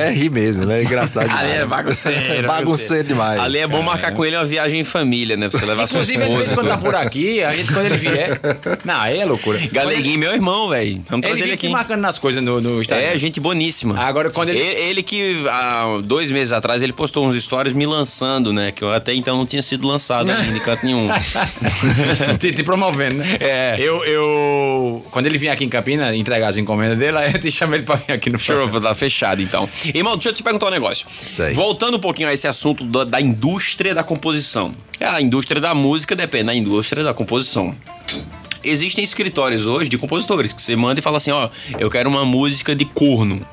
S8: é, é, ri mesmo, ele
S3: *laughs*
S8: é engraçado demais.
S2: Ali é bagunceiro.
S8: *laughs* Bagunceiro demais.
S2: Ali é bom marcar com ele uma viagem em família, né? Pra você levar sua
S3: Inclusive, ele de vez em
S2: esposa.
S3: quando tá
S2: tudo.
S3: por aqui, a gente, quando ele vier. Não, aí é loucura.
S2: Galeguinho, meu irmão, velho. Vamos
S3: Ele
S2: trazer ele
S3: vive
S2: aqui.
S3: te marcando nas coisas no, no Instagram.
S2: É, gente boníssima.
S3: né? Agora, quando ele-
S2: Ele, ele que, há dois meses atrás, ele postou uns stories me lançando, né? Que eu até então não tinha
S3: *laughs*
S2: sido lançado ainda em canto nenhum.
S3: *laughs* te, te promovendo, né?
S2: É.
S3: Eu, eu. Quando ele vinha aqui em Campina entregar as encomendas dele, aí a gente chama ele pra vir aqui no
S2: Deixa eu dar fechado, então. Irmão, deixa eu te perguntar um negócio.
S8: Isso aí.
S2: Voltando um pouquinho a esse assunto da, da indústria da composição. É, A indústria da música depende da indústria da composição. Existem escritórios hoje de compositores que você manda e fala assim: ó, eu quero uma música de corno.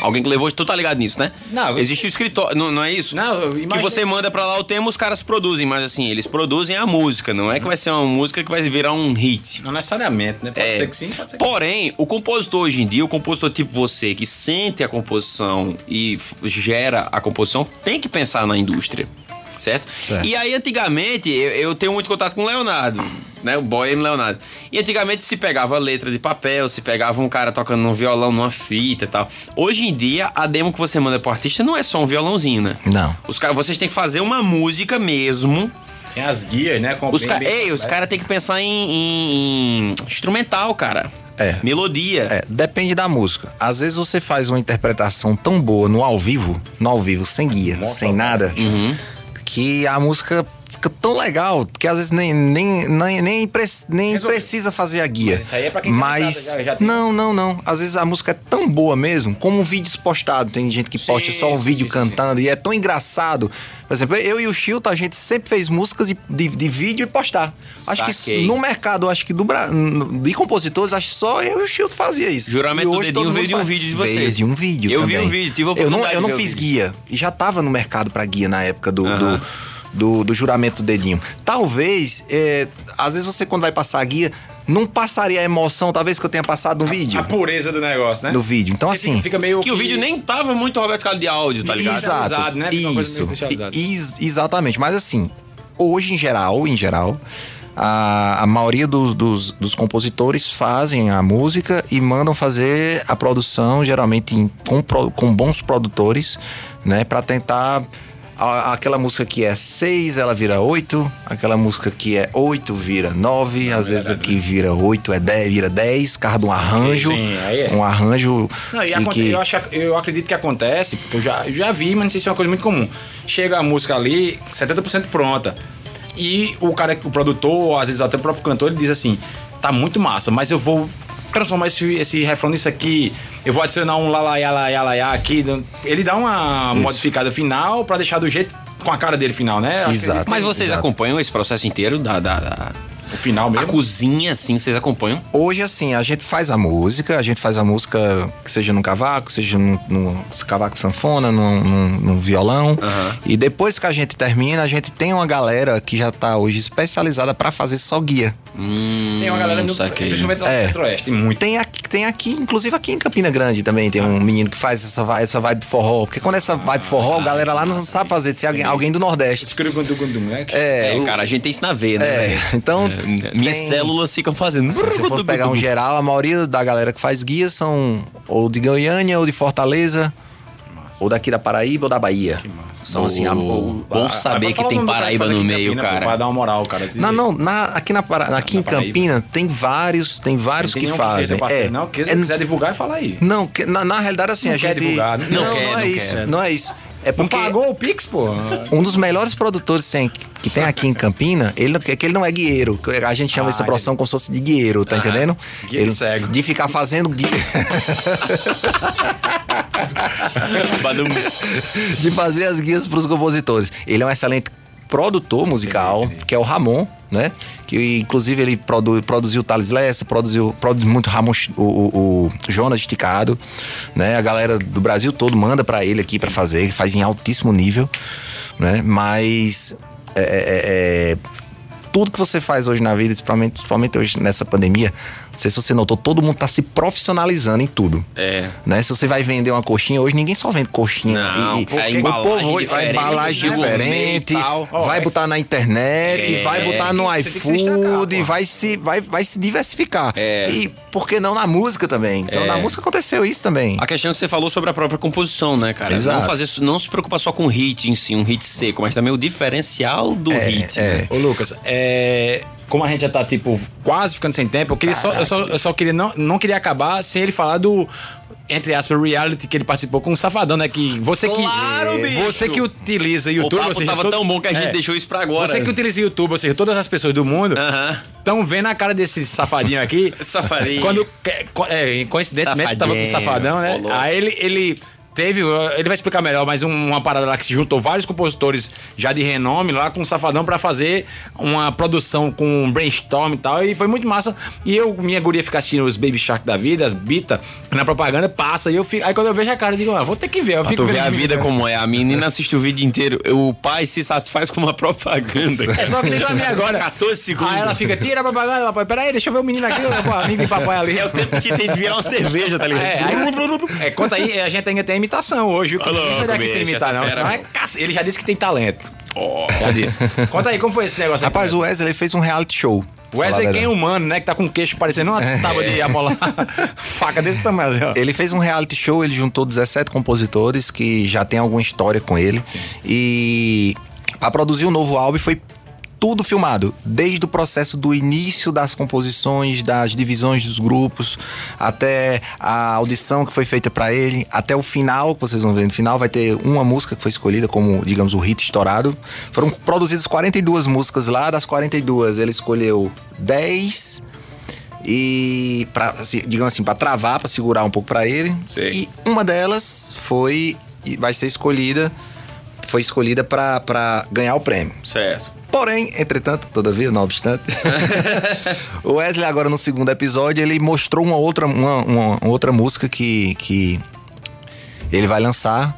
S2: Alguém que levou. Tu tá ligado nisso, né?
S3: Não,
S2: Existe o escritório. Não, não é isso?
S3: Não, eu
S2: Que
S3: imagino-
S2: você manda pra lá o tema, os caras produzem, mas assim, eles produzem a música. Não é que vai ser uma música que vai virar um hit.
S3: Não necessariamente, né? Pode
S2: É.
S3: ser que sim, pode ser que
S2: Porém, o compositor hoje em dia, o compositor tipo você, que sente a composição e f- gera a composição, tem que pensar na indústria. Certo? E aí, antigamente, eu, eu tenho muito contato com o Leonardo, né? O Bohem Leonardo. E antigamente se pegava letra de papel, se pegava um cara tocando num violão numa fita e tal. Hoje em dia, a demo que você manda pro artista não é só um violãozinho, né?
S8: Não.
S2: Os caras, vocês têm que fazer uma música mesmo
S3: Tem as guias, né? Com
S2: os
S3: bem-
S2: ca...
S3: bem-
S2: Ei, os caras têm que pensar em, em- em instrumental, cara.
S8: É.
S2: Melodia.
S8: É, depende da música. Às vezes você faz uma interpretação tão boa no ao vivo, no ao vivo, sem guia, sem nada,
S3: Uhum.
S8: que a música fica tão legal que às vezes nem, nem, nem, nem, pre- nem
S3: Resolveu.
S8: precisa fazer a guia.
S3: Mas isso aí é pra quem tá
S8: Mas-
S3: ligado, já- já tem-
S8: não, não, não. Às vezes a música é tão boa mesmo, como um vídeo postado. Tem gente que
S3: Sim,
S8: posta só um
S3: sim,
S8: vídeo
S3: sim,
S8: cantando e é tão engraçado. Por exemplo, eu e o Chilton, a gente sempre fez músicas de, de- de vídeo e postar. Acho que
S2: Saquei.
S8: isso- no mercado, acho que do Bra- de compositores, acho que só eu e o Chilton fazia isso.
S2: Juramento do
S8: E hoje
S2: Dedinho
S8: todo mundo
S2: veio de um
S8: faz.
S2: vídeo de vocês.
S8: Veio de um vídeo
S2: Eu vi
S8: também.
S2: o vídeo, tive a
S8: Eu não,
S2: oportunidade
S8: eu não
S2: de ver o
S8: fiz
S2: vídeo.
S8: guia. E já tava no mercado pra guia na época do... do do, do juramento do dedinho. Talvez, é, às vezes você quando vai passar a guia, não passaria a emoção, talvez que eu tenha passado no vídeo.
S3: A pureza do negócio, né?
S8: No vídeo. Então,
S3: Porque
S8: assim.
S3: Fica meio
S2: Que o vídeo nem tava muito Roberto Carlos de áudio, tá ligado?
S8: Exato.
S3: Deixaduzado, né? Fica uma coisa meio
S8: Isso.
S3: deixaduzada.
S8: Is- exatamente. Mas assim, hoje em geral, em geral, a, a maioria dos, dos, dos compositores fazem a música e mandam fazer a produção, geralmente em- com, pro- com bons produtores, né? Pra tentar. a- aquela música que é 6, ela vira 8. Aquela música que é 8 vira 9. Às vezes o que vira 8 é 10, vira 10, carro de um arranjo.
S3: É né? sim, aí é.
S8: Um arranjo.
S3: Não, Ah, e
S8: que-
S3: aconte-
S8: que-
S3: Eu, acho, eu acredito que acontece, porque eu já, eu já vi, mas não sei se é uma coisa muito comum. Chega a música ali, 70% pronta. E o cara, o produtor, às vezes até o próprio cantor, ele diz assim: tá muito massa, mas eu vou transformar esse, esse refrão nisso aqui. Eu vou adicionar um lalaiá, lalaiá, lalaiá aqui. Então, Ele dá uma modificada final pra deixar do jeito com a cara dele final, né? Eu acredito
S8: Exato.
S2: Mas vocês
S8: Exato.
S2: acompanham esse processo inteiro da. da, da-
S3: O final
S2: A
S3: mesmo.
S2: cozinha, assim, vocês acompanham?
S8: Hoje, assim, a gente faz a música, a gente faz a música que seja num cavaco, seja num, num cavaco sanfona, num, num- num violão. E depois que a gente termina, a gente tem uma galera que já tá hoje especializada pra fazer só guia.
S2: Hum,
S3: Tem uma galera no,
S2: saquei.
S3: principalmente lá no
S8: um É.
S3: Centro-Oeste, tem muito.
S8: Tem aqui, tem aqui, inclusive aqui em Campina Grande também, tem um menino que faz essa, vi- essa vibe forró. Porque quando é essa vibe forró, a galera lá não sabe fazer, se é alguém, alguém do Nordeste.
S3: Escuro quando quando né? Que-
S2: É,
S8: o-
S2: cara, a gente tem isso na veia, né?
S8: É,
S2: velho?
S8: então,
S2: É, minhas
S8: tem-
S2: células ficam fazendo.
S8: Assim, se eu fosse pegar
S2: *laughs*
S8: um geral, a maioria da galera que faz guia são ou de Goiânia, ou de Fortaleza, ou daqui da Paraíba, ou da Bahia. São assim, a, o- a-
S2: Bom saber
S3: Agora
S2: que
S3: fala o
S2: tem
S3: nome do cara que
S2: Paraíba
S3: faz
S2: no
S3: aqui em
S2: meio,
S3: Campina, pô, Pra
S2: cara.
S3: dar uma moral, cara.
S8: Não, não, na- aqui, na, Para- aqui
S3: Na
S8: em
S3: Paraíba.
S8: Campina tem vários, tem vários
S3: Tem
S8: que
S3: nenhum seja
S8: fazem.
S3: parceiro,
S8: é,
S3: Não, quem
S8: é,
S3: quiser divulgar, fala aí.
S8: não, que- na, na realidade, assim,
S3: Não
S8: a
S3: quer
S8: gente.
S3: divulgar, né?
S8: não,
S2: Não quer,
S8: é
S2: não
S8: isso.
S2: quer.
S8: Não é isso. É
S3: Não
S8: porque
S3: pagou o Pix, pô.
S8: um dos melhores produtores tem-
S3: *laughs*
S8: que tem aqui em Campina, ele, é que ele não é guieiro. que A gente chama
S3: Ah,
S8: essa profissão como se fosse de guieiro, tá entendendo?
S3: Guieiro
S8: Ele-
S3: cego.
S8: De ficar fazendo guia. de fazer as guias para os compositores. Ele é um excelente produtor musical, que é o Ramon, né? Que inclusive ele produ- produziu Thales Lessa, produziu produz muito Ramon, Ch- o, o- o Jonas Esticado, né? A galera do Brasil todo manda para ele aqui para fazer, ele faz em altíssimo nível, né? Mas é, é, é, tudo que você faz hoje na vida, principalmente, principalmente hoje nessa pandemia, não sei se você notou, todo mundo tá se profissionalizando em tudo
S2: É.
S8: né? Se você vai vender uma coxinha, hoje ninguém só vende coxinha.
S2: Não, pô, a
S8: o
S2: embalagem
S8: povo hoje- a
S2: diferente, né?
S8: embalagem
S2: gourmet
S8: diferente,
S2: e tal.
S8: vai botar na internet,
S2: É.
S8: vai botar no
S3: Você tem que se destacar,
S8: iFood,
S3: pô.
S8: vai se, vai, vai se diversificar.
S2: É.
S8: E por que não na música também? Então na música aconteceu isso também.
S2: A questão é que você falou sobre a própria composição, né, cara?
S8: Exato.
S2: Não, fazer, não se preocupar só com o hit em si, um hit seco, mas também o diferencial do hit. né?
S3: Ô, Lucas, é, Como a gente já tá, tipo, quase ficando sem tempo, eu queria só, eu só, eu só queria não, não queria acabar sem ele falar do, entre aspas, reality que ele participou com o Safadão, né? Que você
S2: Claro,
S3: que.
S2: bicho!
S3: Você que utiliza YouTube.
S2: o
S3: ou
S2: papo
S3: seja,
S2: tava
S3: todo-
S2: tão bom que a gente
S3: É.
S2: deixou isso pra agora. Ah.
S3: Você que utiliza YouTube, ou seja, todas as pessoas do mundo
S2: Aham.
S3: estão vendo a cara desse safadinho aqui.
S2: *laughs* Safarinho.
S3: Quando, é, co- é, coincidentemente, tava com o
S2: Safadinho.
S3: safadão, né?
S2: Ô, louco.
S3: Aí ele, ele teve, uh, ele vai explicar melhor, mas um- uma parada lá que se juntou vários compositores já de renome lá com o safadão pra fazer uma produção com um brainstorm e tal. E foi muito massa. E eu, minha guria, fica assistindo os Baby Shark da vida, as Bita, na propaganda, passa. E eu fico, aí quando eu vejo a cara, eu digo, ah, vou ter que ver. Eu
S2: Pra
S3: fico
S2: tu vê
S3: vendo
S2: a
S3: os
S2: vida
S3: vídeos, né?
S2: como é. A menina assiste o vídeo inteiro. O pai se satisfaz com uma propaganda.
S3: É só que nem pra mim agora.
S2: *laughs* 14 segundos.
S3: Aí ela fica, tira a propaganda, papai. Peraí, deixa eu ver o menino aqui, o amigo de papai ali.
S2: *laughs* É o tempo que tem de virar uma cerveja, tá ligado?
S3: É, aí, é, conta aí, a gente ainda tem imitação hoje.
S2: Ô, louco,
S3: Isso não é que
S2: bicho,
S3: sem imitar,
S2: essa
S3: não.
S2: fera,
S3: senão é caça- Ele já disse que tem talento. Já disse. Conta aí, como foi esse negócio
S8: Rapaz,
S3: aí?
S8: o Wesley fez um reality show.
S3: O Wesley
S8: Falar a
S3: quem é
S8: verdade.
S3: humano, né? Que tá com o queixo parecendo uma tábua
S8: *laughs*
S3: de amolar. *laughs* Faca desse tamanho, assim, ó.
S8: Ele fez um reality show, ele juntou 17 compositores que já tem alguma história com ele. E pra produzir o novo álbum foi tudo filmado, desde o processo do início das composições, das divisões dos grupos, até a audição que foi feita pra ele, até o final, que vocês vão ver no final, vai ter uma música que foi escolhida como, digamos, o hit estourado. Foram produzidas 42 músicas lá, das 42 ele escolheu 10 e para digamos assim para travar para segurar um pouco para ele
S2: Sei.
S8: e uma delas foi e vai ser escolhida foi escolhida pra- pra ganhar o prêmio
S2: Certo.
S8: Porém, entretanto, todavia, não obstante, *laughs* o Wesley agora no segundo episódio, ele mostrou uma outra, uma, uma- uma outra música que, que ele vai lançar.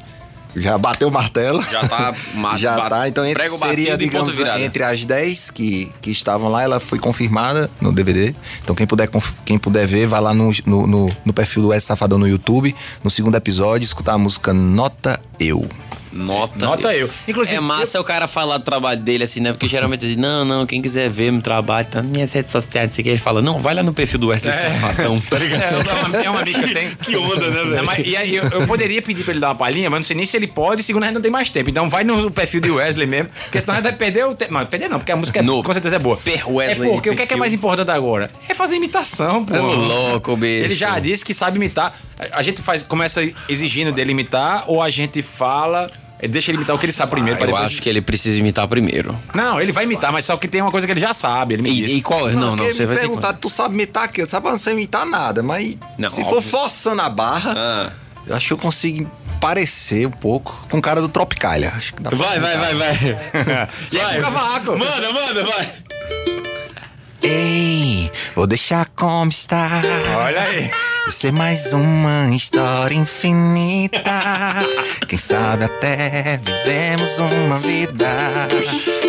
S8: Já bateu o martelo.
S2: Já
S8: *laughs*
S2: tá ma-
S8: Já
S2: ba-
S8: tá. Então, entre,
S2: prego batido e
S8: seria,
S2: ponto
S8: digamos,
S2: virado.
S8: entre as 10 que, que estavam lá, ela foi confirmada no DVD. Então, quem puder, conf- quem puder ver, vai lá no, no, no- no perfil do Wesley Safadão no YouTube, no segundo episódio, escutar a música Nota Eu.
S2: Nota,
S3: Nota eu. Inclusive,
S2: é massa o cara falar do trabalho dele assim, né? Porque geralmente assim, não, não, quem quiser ver meu trabalho, tá nas minhas redes sociais, não sei o que. Ele fala, não, vai lá no perfil do Wesley Safadão, *laughs* tá ligado?
S3: É, é uma, é uma amiga que tem. Que onda, né, velho? e aí, eu, eu poderia pedir pra ele dar uma palhinha, mas não sei nem se ele pode, e segundo, a gente não tem mais tempo. Então vai no perfil de Wesley mesmo, porque senão a gente vai perder o tempo. Não, perder não, porque a música é,
S2: No
S3: com certeza é boa.
S2: per- Wesley
S3: é porque o que é, que é mais
S2: perfil.
S3: importante agora? É fazer imitação, pô.
S2: Ô, louco, bicho.
S3: Ele já disse que sabe imitar. A- A gente faz, começa exigindo dele imitar, ou a gente fala. Deixa ele imitar o que ele sabe primeiro. pra
S2: Ah, É, Eu
S3: depois-
S2: acho que ele precisa imitar primeiro.
S3: Não, ele vai imitar, mas só que tem uma coisa que ele já sabe. Ele me
S2: E,
S3: disse.
S2: e qual? Não, não,
S8: porque
S2: você
S8: me
S2: vai ter
S8: perguntar, tu sabe imitar aquilo? Sabe, eu não sei imitar nada, mas
S2: Não,
S8: se
S2: óbvio.
S8: for forçando a barra,
S2: Ah.
S8: eu acho que eu consigo parecer um pouco com o cara do Tropicália. Acho que dá pra
S2: Vai, vai, vai, vai.
S3: E aí,
S2: vai.
S3: com o cavaco.
S2: Manda, manda, vai.
S8: Ei, vou deixar como está.
S3: Olha *laughs* aí.
S8: Isso é mais uma história infinita. Quem sabe até vivemos uma vida.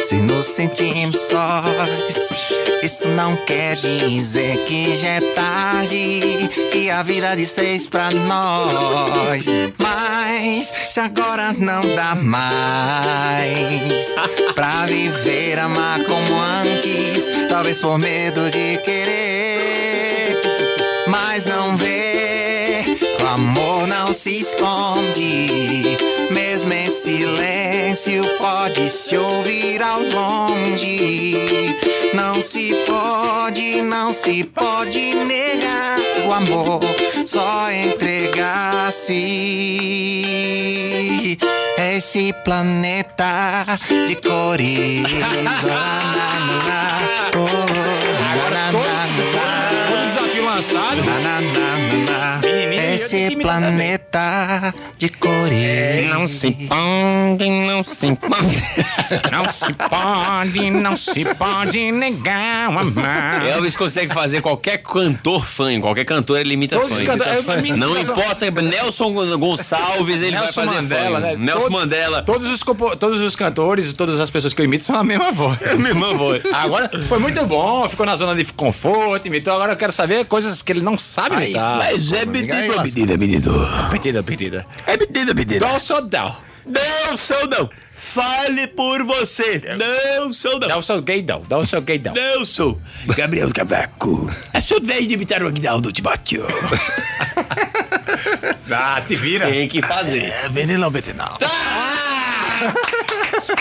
S8: Se nos sentimos sós, isso não quer dizer que já é tarde. E a vida de seis pra nós. Mas se agora não dá mais pra viver, amar como antes. Talvez por medo de querer mas não vê. O amor não se esconde, mesmo em silêncio pode se ouvir ao longe. Não se pode, não se pode negar o amor, só entregar-se. Esse planeta de cores. Agora
S3: Todo desafio lançado.
S8: Na, na, na, na, na.
S3: Menininho, eu tenho que
S8: Esse
S3: imitar
S8: planeta de
S11: É,
S3: É.
S8: cores.
S2: Não se pode, não se pode.
S3: Não se pode, não se pode negar É o amar.
S2: *laughs* Elvis consegue fazer qualquer cantor fã, qualquer cantor ele imita
S3: Todos
S2: fã.
S3: os cantores-
S2: Imita
S3: eu-
S2: fã.
S3: minha
S2: não
S3: imitação-
S2: importa, Nelson Gonçalves, ele vai fazer fã. Nelson
S3: né? Todo-
S2: Mandela.
S3: Todos os, compo- todos os cantores, todas as pessoas que eu imito são a mesma voz. É A mesma voz. Agora, foi muito bom, ficou na zona de conforto, imitou. Agora eu quero saber coisas que ele não sabe imitar.
S5: Mas é
S8: Ninguém
S5: pedido,
S8: lasca.
S5: pedido, pedido.
S3: Pedida, pedida.
S5: É pedido, pedido.
S3: Dó só dá.
S5: Não sou não. Fale por você. Não sou não.
S3: Dá o seu gaydão, dá o seu gaydão.
S5: Não sou. Gabriel Cavaco. É sua vez de imitar o Aguinaldo Timóteo.
S3: *laughs* Ah, te vira.
S2: Tem que fazer.
S8: É Menino Betinal.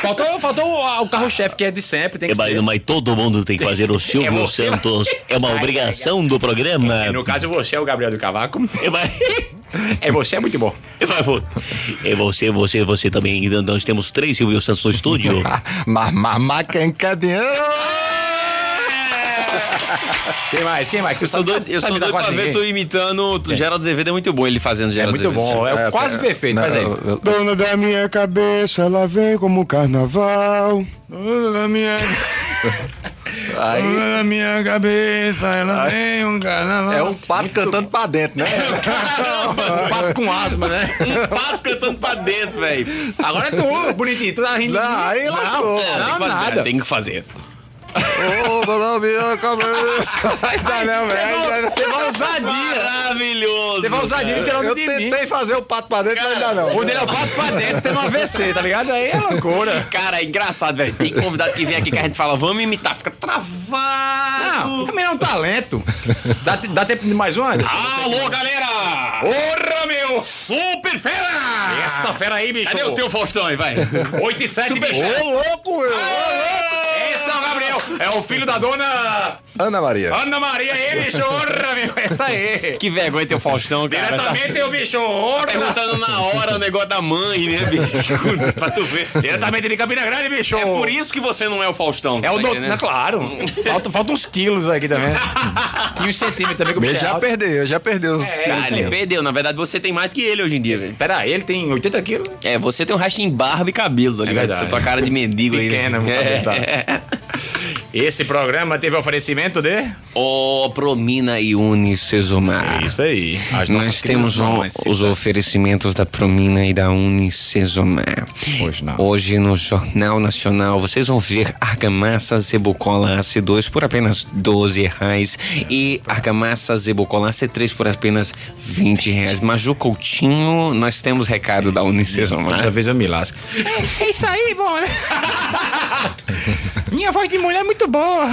S3: Faltou, faltou o, o carro-chefe, que é de sempre, tem que
S5: Mas,
S3: ser.
S5: mas todo mundo tem que fazer o
S3: É
S5: Silvio
S3: você.
S5: Santos. É uma obrigação do programa.
S3: No caso, você é o Gabriel do Cavaco.
S5: É, mas-
S3: É você, é muito bom.
S5: é, mas vo- é você, você, você também. Nós temos três Silvio Santos no *laughs* estúdio.
S8: Mamá
S3: Quem mais? Quem mais? Tu
S2: Eu sou doido, eu sou doido pra ver tu imitando. Tu, Geraldo Azevedo é muito bom ele fazendo
S3: É
S2: Geraldo
S3: muito
S2: Azevedo.
S3: bom, é,
S8: É,
S3: quase
S8: é,
S3: perfeito. Faz aí.
S2: *laughs*
S11: Dona da minha cabeça, ela vem como carnaval. Dona da minha,
S8: Aí
S11: dona da minha cabeça, ela vem um carnaval.
S8: é um pato cantando pra dentro, né?
S3: Um pato com asma, né?
S2: Um *laughs* pato cantando pra dentro, velho.
S3: Agora é tu, bonitinho. Tu tá rindo. de mim.
S8: Não, aí lascou.
S2: Tem que
S3: Não,
S2: fazer,
S3: nada.
S2: Tem que fazer.
S8: Ô, dona minha
S11: *laughs*
S8: cabeça. Ainda não, velho.
S3: Teve uma ousadia.
S2: Maravilhoso.
S3: Teve uma ousadia
S8: Eu
S3: literalmente de mim.
S8: tentei fazer o pato pra dentro, mas ainda não.
S3: O dele é o pato pra dentro, teve um AVC, tá ligado? Aí é loucura.
S2: Cara, é engraçado, velho. Tem convidado que vem aqui que a gente fala, vamos imitar, fica travado.
S3: Não, também é um talento. Dá, te- dá tempo de mais um ano?
S2: Alô, galera!
S3: Porra, meu! Super fera! Esta fera aí, bicho.
S2: Cadê o teu Faustão aí, vai?
S3: 8 e 7, bicho.
S8: Ô, louco,
S11: Ah,
S8: meu.
S3: Ei, São Gabriel, é o filho da dona
S8: Ana Maria.
S3: Ana Maria, aí, bicho. Porra, meu. Essa aí.
S2: Que vergonha ter o Faustão, cara. Tá
S3: Diretamente, o bicho. Porra.
S2: perguntando na hora o negócio da mãe, né, *laughs* bicho? pra tu ver.
S3: Diretamente de Campina Grande, bicho.
S2: É por isso que você não é o Faustão.
S3: É o
S2: tá
S3: doutor.
S2: entendendo?
S3: Claro. Falta, falta uns quilos aqui também. e uns centímetros também que o
S8: Eu
S3: bicho é
S8: já
S3: alto.
S8: perdi, eu já perdi
S3: É,
S8: os
S2: Cara,
S8: caras.
S2: ele É, perdeu. Na verdade, você tem mais que ele hoje em dia, velho.
S3: Pera aí, ele tem 80 quilos?
S2: É, você tem um resto em barba e cabelo, tá ligado?
S3: verdade.
S2: Essa tua cara de mendigo aí.
S3: Pequena,
S2: né?
S3: vou
S2: é.
S3: comentar. Esse programa teve oferecimento de...
S2: Ô, Promina e Uni Sesumar.
S3: É Isso aí. As
S2: Nós temos o- os oferecimentos da Promina e da Unicesumar.
S3: Hoje não.
S2: Hoje no Jornal Nacional vocês vão ver argamassa zebocola AC2 por apenas 12 reais e argamassa zebocola AC3 por apenas 20 reais. Maju Coutinho, nós temos recado da
S3: Toda
S2: Unicesumar.
S3: vez eu me lasco. É, isso aí, bom, né? Minha voz de mulher é muito boa.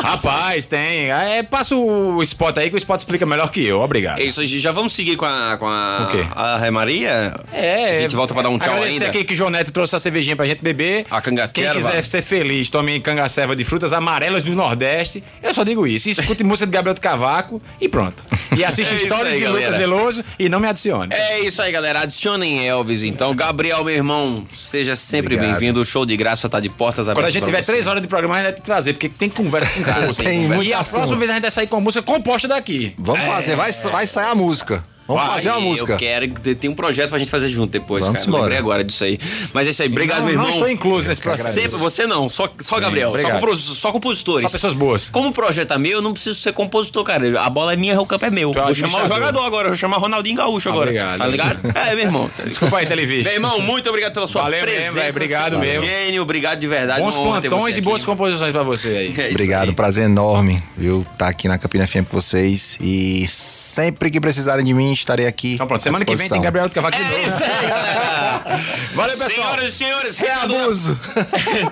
S3: Rapaz, tem. É, passa o spot aí que o spot explica melhor que eu. Obrigado.
S2: É isso, gente. já vamos seguir com a, com a,
S3: O quê?
S2: a Ré Maria? A gente volta pra dar um tchau
S3: agradecer
S2: ainda.
S3: aqui que o João Neto trouxe a cervejinha pra gente beber.
S2: A
S3: Quem
S2: cangaceira, vai.
S3: quiser ser feliz, tome cangacerva de frutas amarelas do Nordeste. Eu só digo isso. Escute música de Gabriel do Cavaco e pronto. E assiste
S2: *laughs* É isso
S3: histórias
S2: aí,
S3: de Lucas
S2: galera.
S3: Veloso e não me adicione.
S2: É isso aí, galera. Adicionem Elvis, então. Gabriel, meu irmão, seja sempre bem-vindo. O show de graça tá de portas abertas.
S3: Quando a gente
S2: pra
S3: tiver
S2: você.
S3: três horas de programa, a gente vai te trazer, porque tem conversa com
S2: Cara,
S3: força.
S2: tem
S3: e
S8: muita
S3: a
S8: assunto.
S3: próxima vez a gente vai sair com a música composta daqui.
S8: Vamos fazer, vai, vai sair a música.
S12: Vamos
S2: Vai,
S12: fazer uma música.
S2: Eu
S3: é
S2: quero. Tem um projeto pra gente fazer junto depois,
S12: Vamos
S2: cara. Eu Lembrei
S12: embora.
S2: agora disso aí. Mas é isso aí. Obrigado,
S3: não,
S2: meu
S3: Não
S2: irmão.
S3: estou incluso nesse processo.
S2: Sempre, você não, só, só Gabriel, só,
S3: obrigado.
S2: compro- só compositores.
S3: Só pessoas boas.
S2: Como o projeto é meu, eu não preciso ser compositor, cara. A bola é minha, o campo é meu.
S3: é
S2: Vou chamar o
S3: administrador.
S2: jogador agora, eu vou chamar Ronaldinho Gaúcho agora.
S3: Obrigado.
S2: Tá ligado? É, meu irmão. tá
S3: *laughs*
S2: ligado?
S3: Desculpa aí, Televis.
S2: Meu irmão, muito obrigado pela sua
S3: Valeu mesmo,
S2: presença.
S3: velho, obrigado
S2: seu
S3: mesmo.
S2: Gênio, obrigado de verdade.
S3: Bons
S2: uma honra ter
S3: plantões
S2: você
S3: e boas
S2: aqui.
S3: composições pra você aí.
S2: É isso
S8: Obrigado,
S2: aí.
S8: prazer enorme, viu? Estar aqui na Campina FM com vocês. E sempre que precisarem de mim, estarei aqui.
S3: Então pronto,
S8: à
S3: semana que vem tem
S8: disposição.
S3: Gabriel do Cavaco de
S2: É
S3: novo.
S2: isso aí, galera.
S3: Valeu, pessoal.
S2: Senhoras e senhores,
S8: É abuso!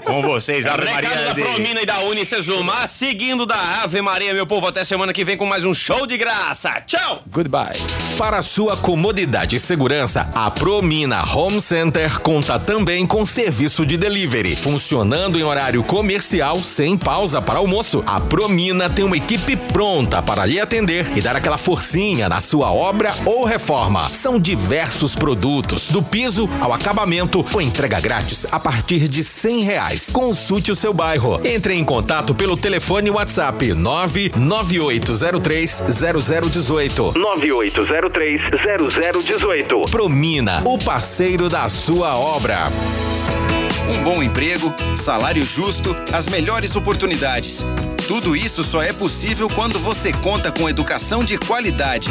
S3: Com vocês, Ave
S2: Recado
S3: Maria
S2: da
S3: de...
S2: Promina e da Unicesumar, seguindo da Ave Maria, meu povo, até semana que vem com mais um show de graça. Tchau!
S3: Goodbye.
S5: Para sua comodidade e segurança, a Promina Home Center conta também com serviço de delivery, funcionando em horário comercial sem pausa para almoço. A Promina tem uma equipe pronta para lhe atender e dar aquela forcinha na sua obra ou reforma. São diversos produtos, do piso ao acabamento, com entrega grátis a partir de R$ 100 reais. Consulte o seu bairro. Entre em contato pelo telefone WhatsApp 99803 0018.
S13: 9803-0018.
S5: Promina, o parceiro da sua obra.
S4: Um bom emprego, salário justo, as melhores oportunidades. Tudo isso só é possível quando você conta com educação de qualidade.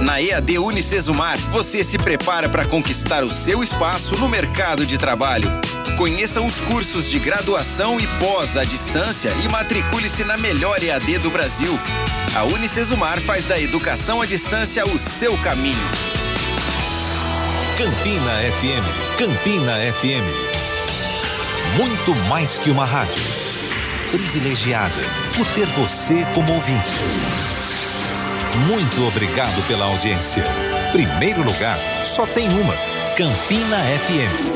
S4: Na EAD Unicesumar, você se prepara para conquistar o seu espaço no mercado de trabalho. Conheça os cursos de graduação e pós à distância e matricule-se na melhor EAD do Brasil. A Unicesumar faz da educação à distância o seu caminho.
S14: Campina FM. Campina FM. Muito mais que uma rádio. Privilegiada por ter você como ouvinte. Muito obrigado pela audiência. Primeiro lugar, só tem uma. Campina FM.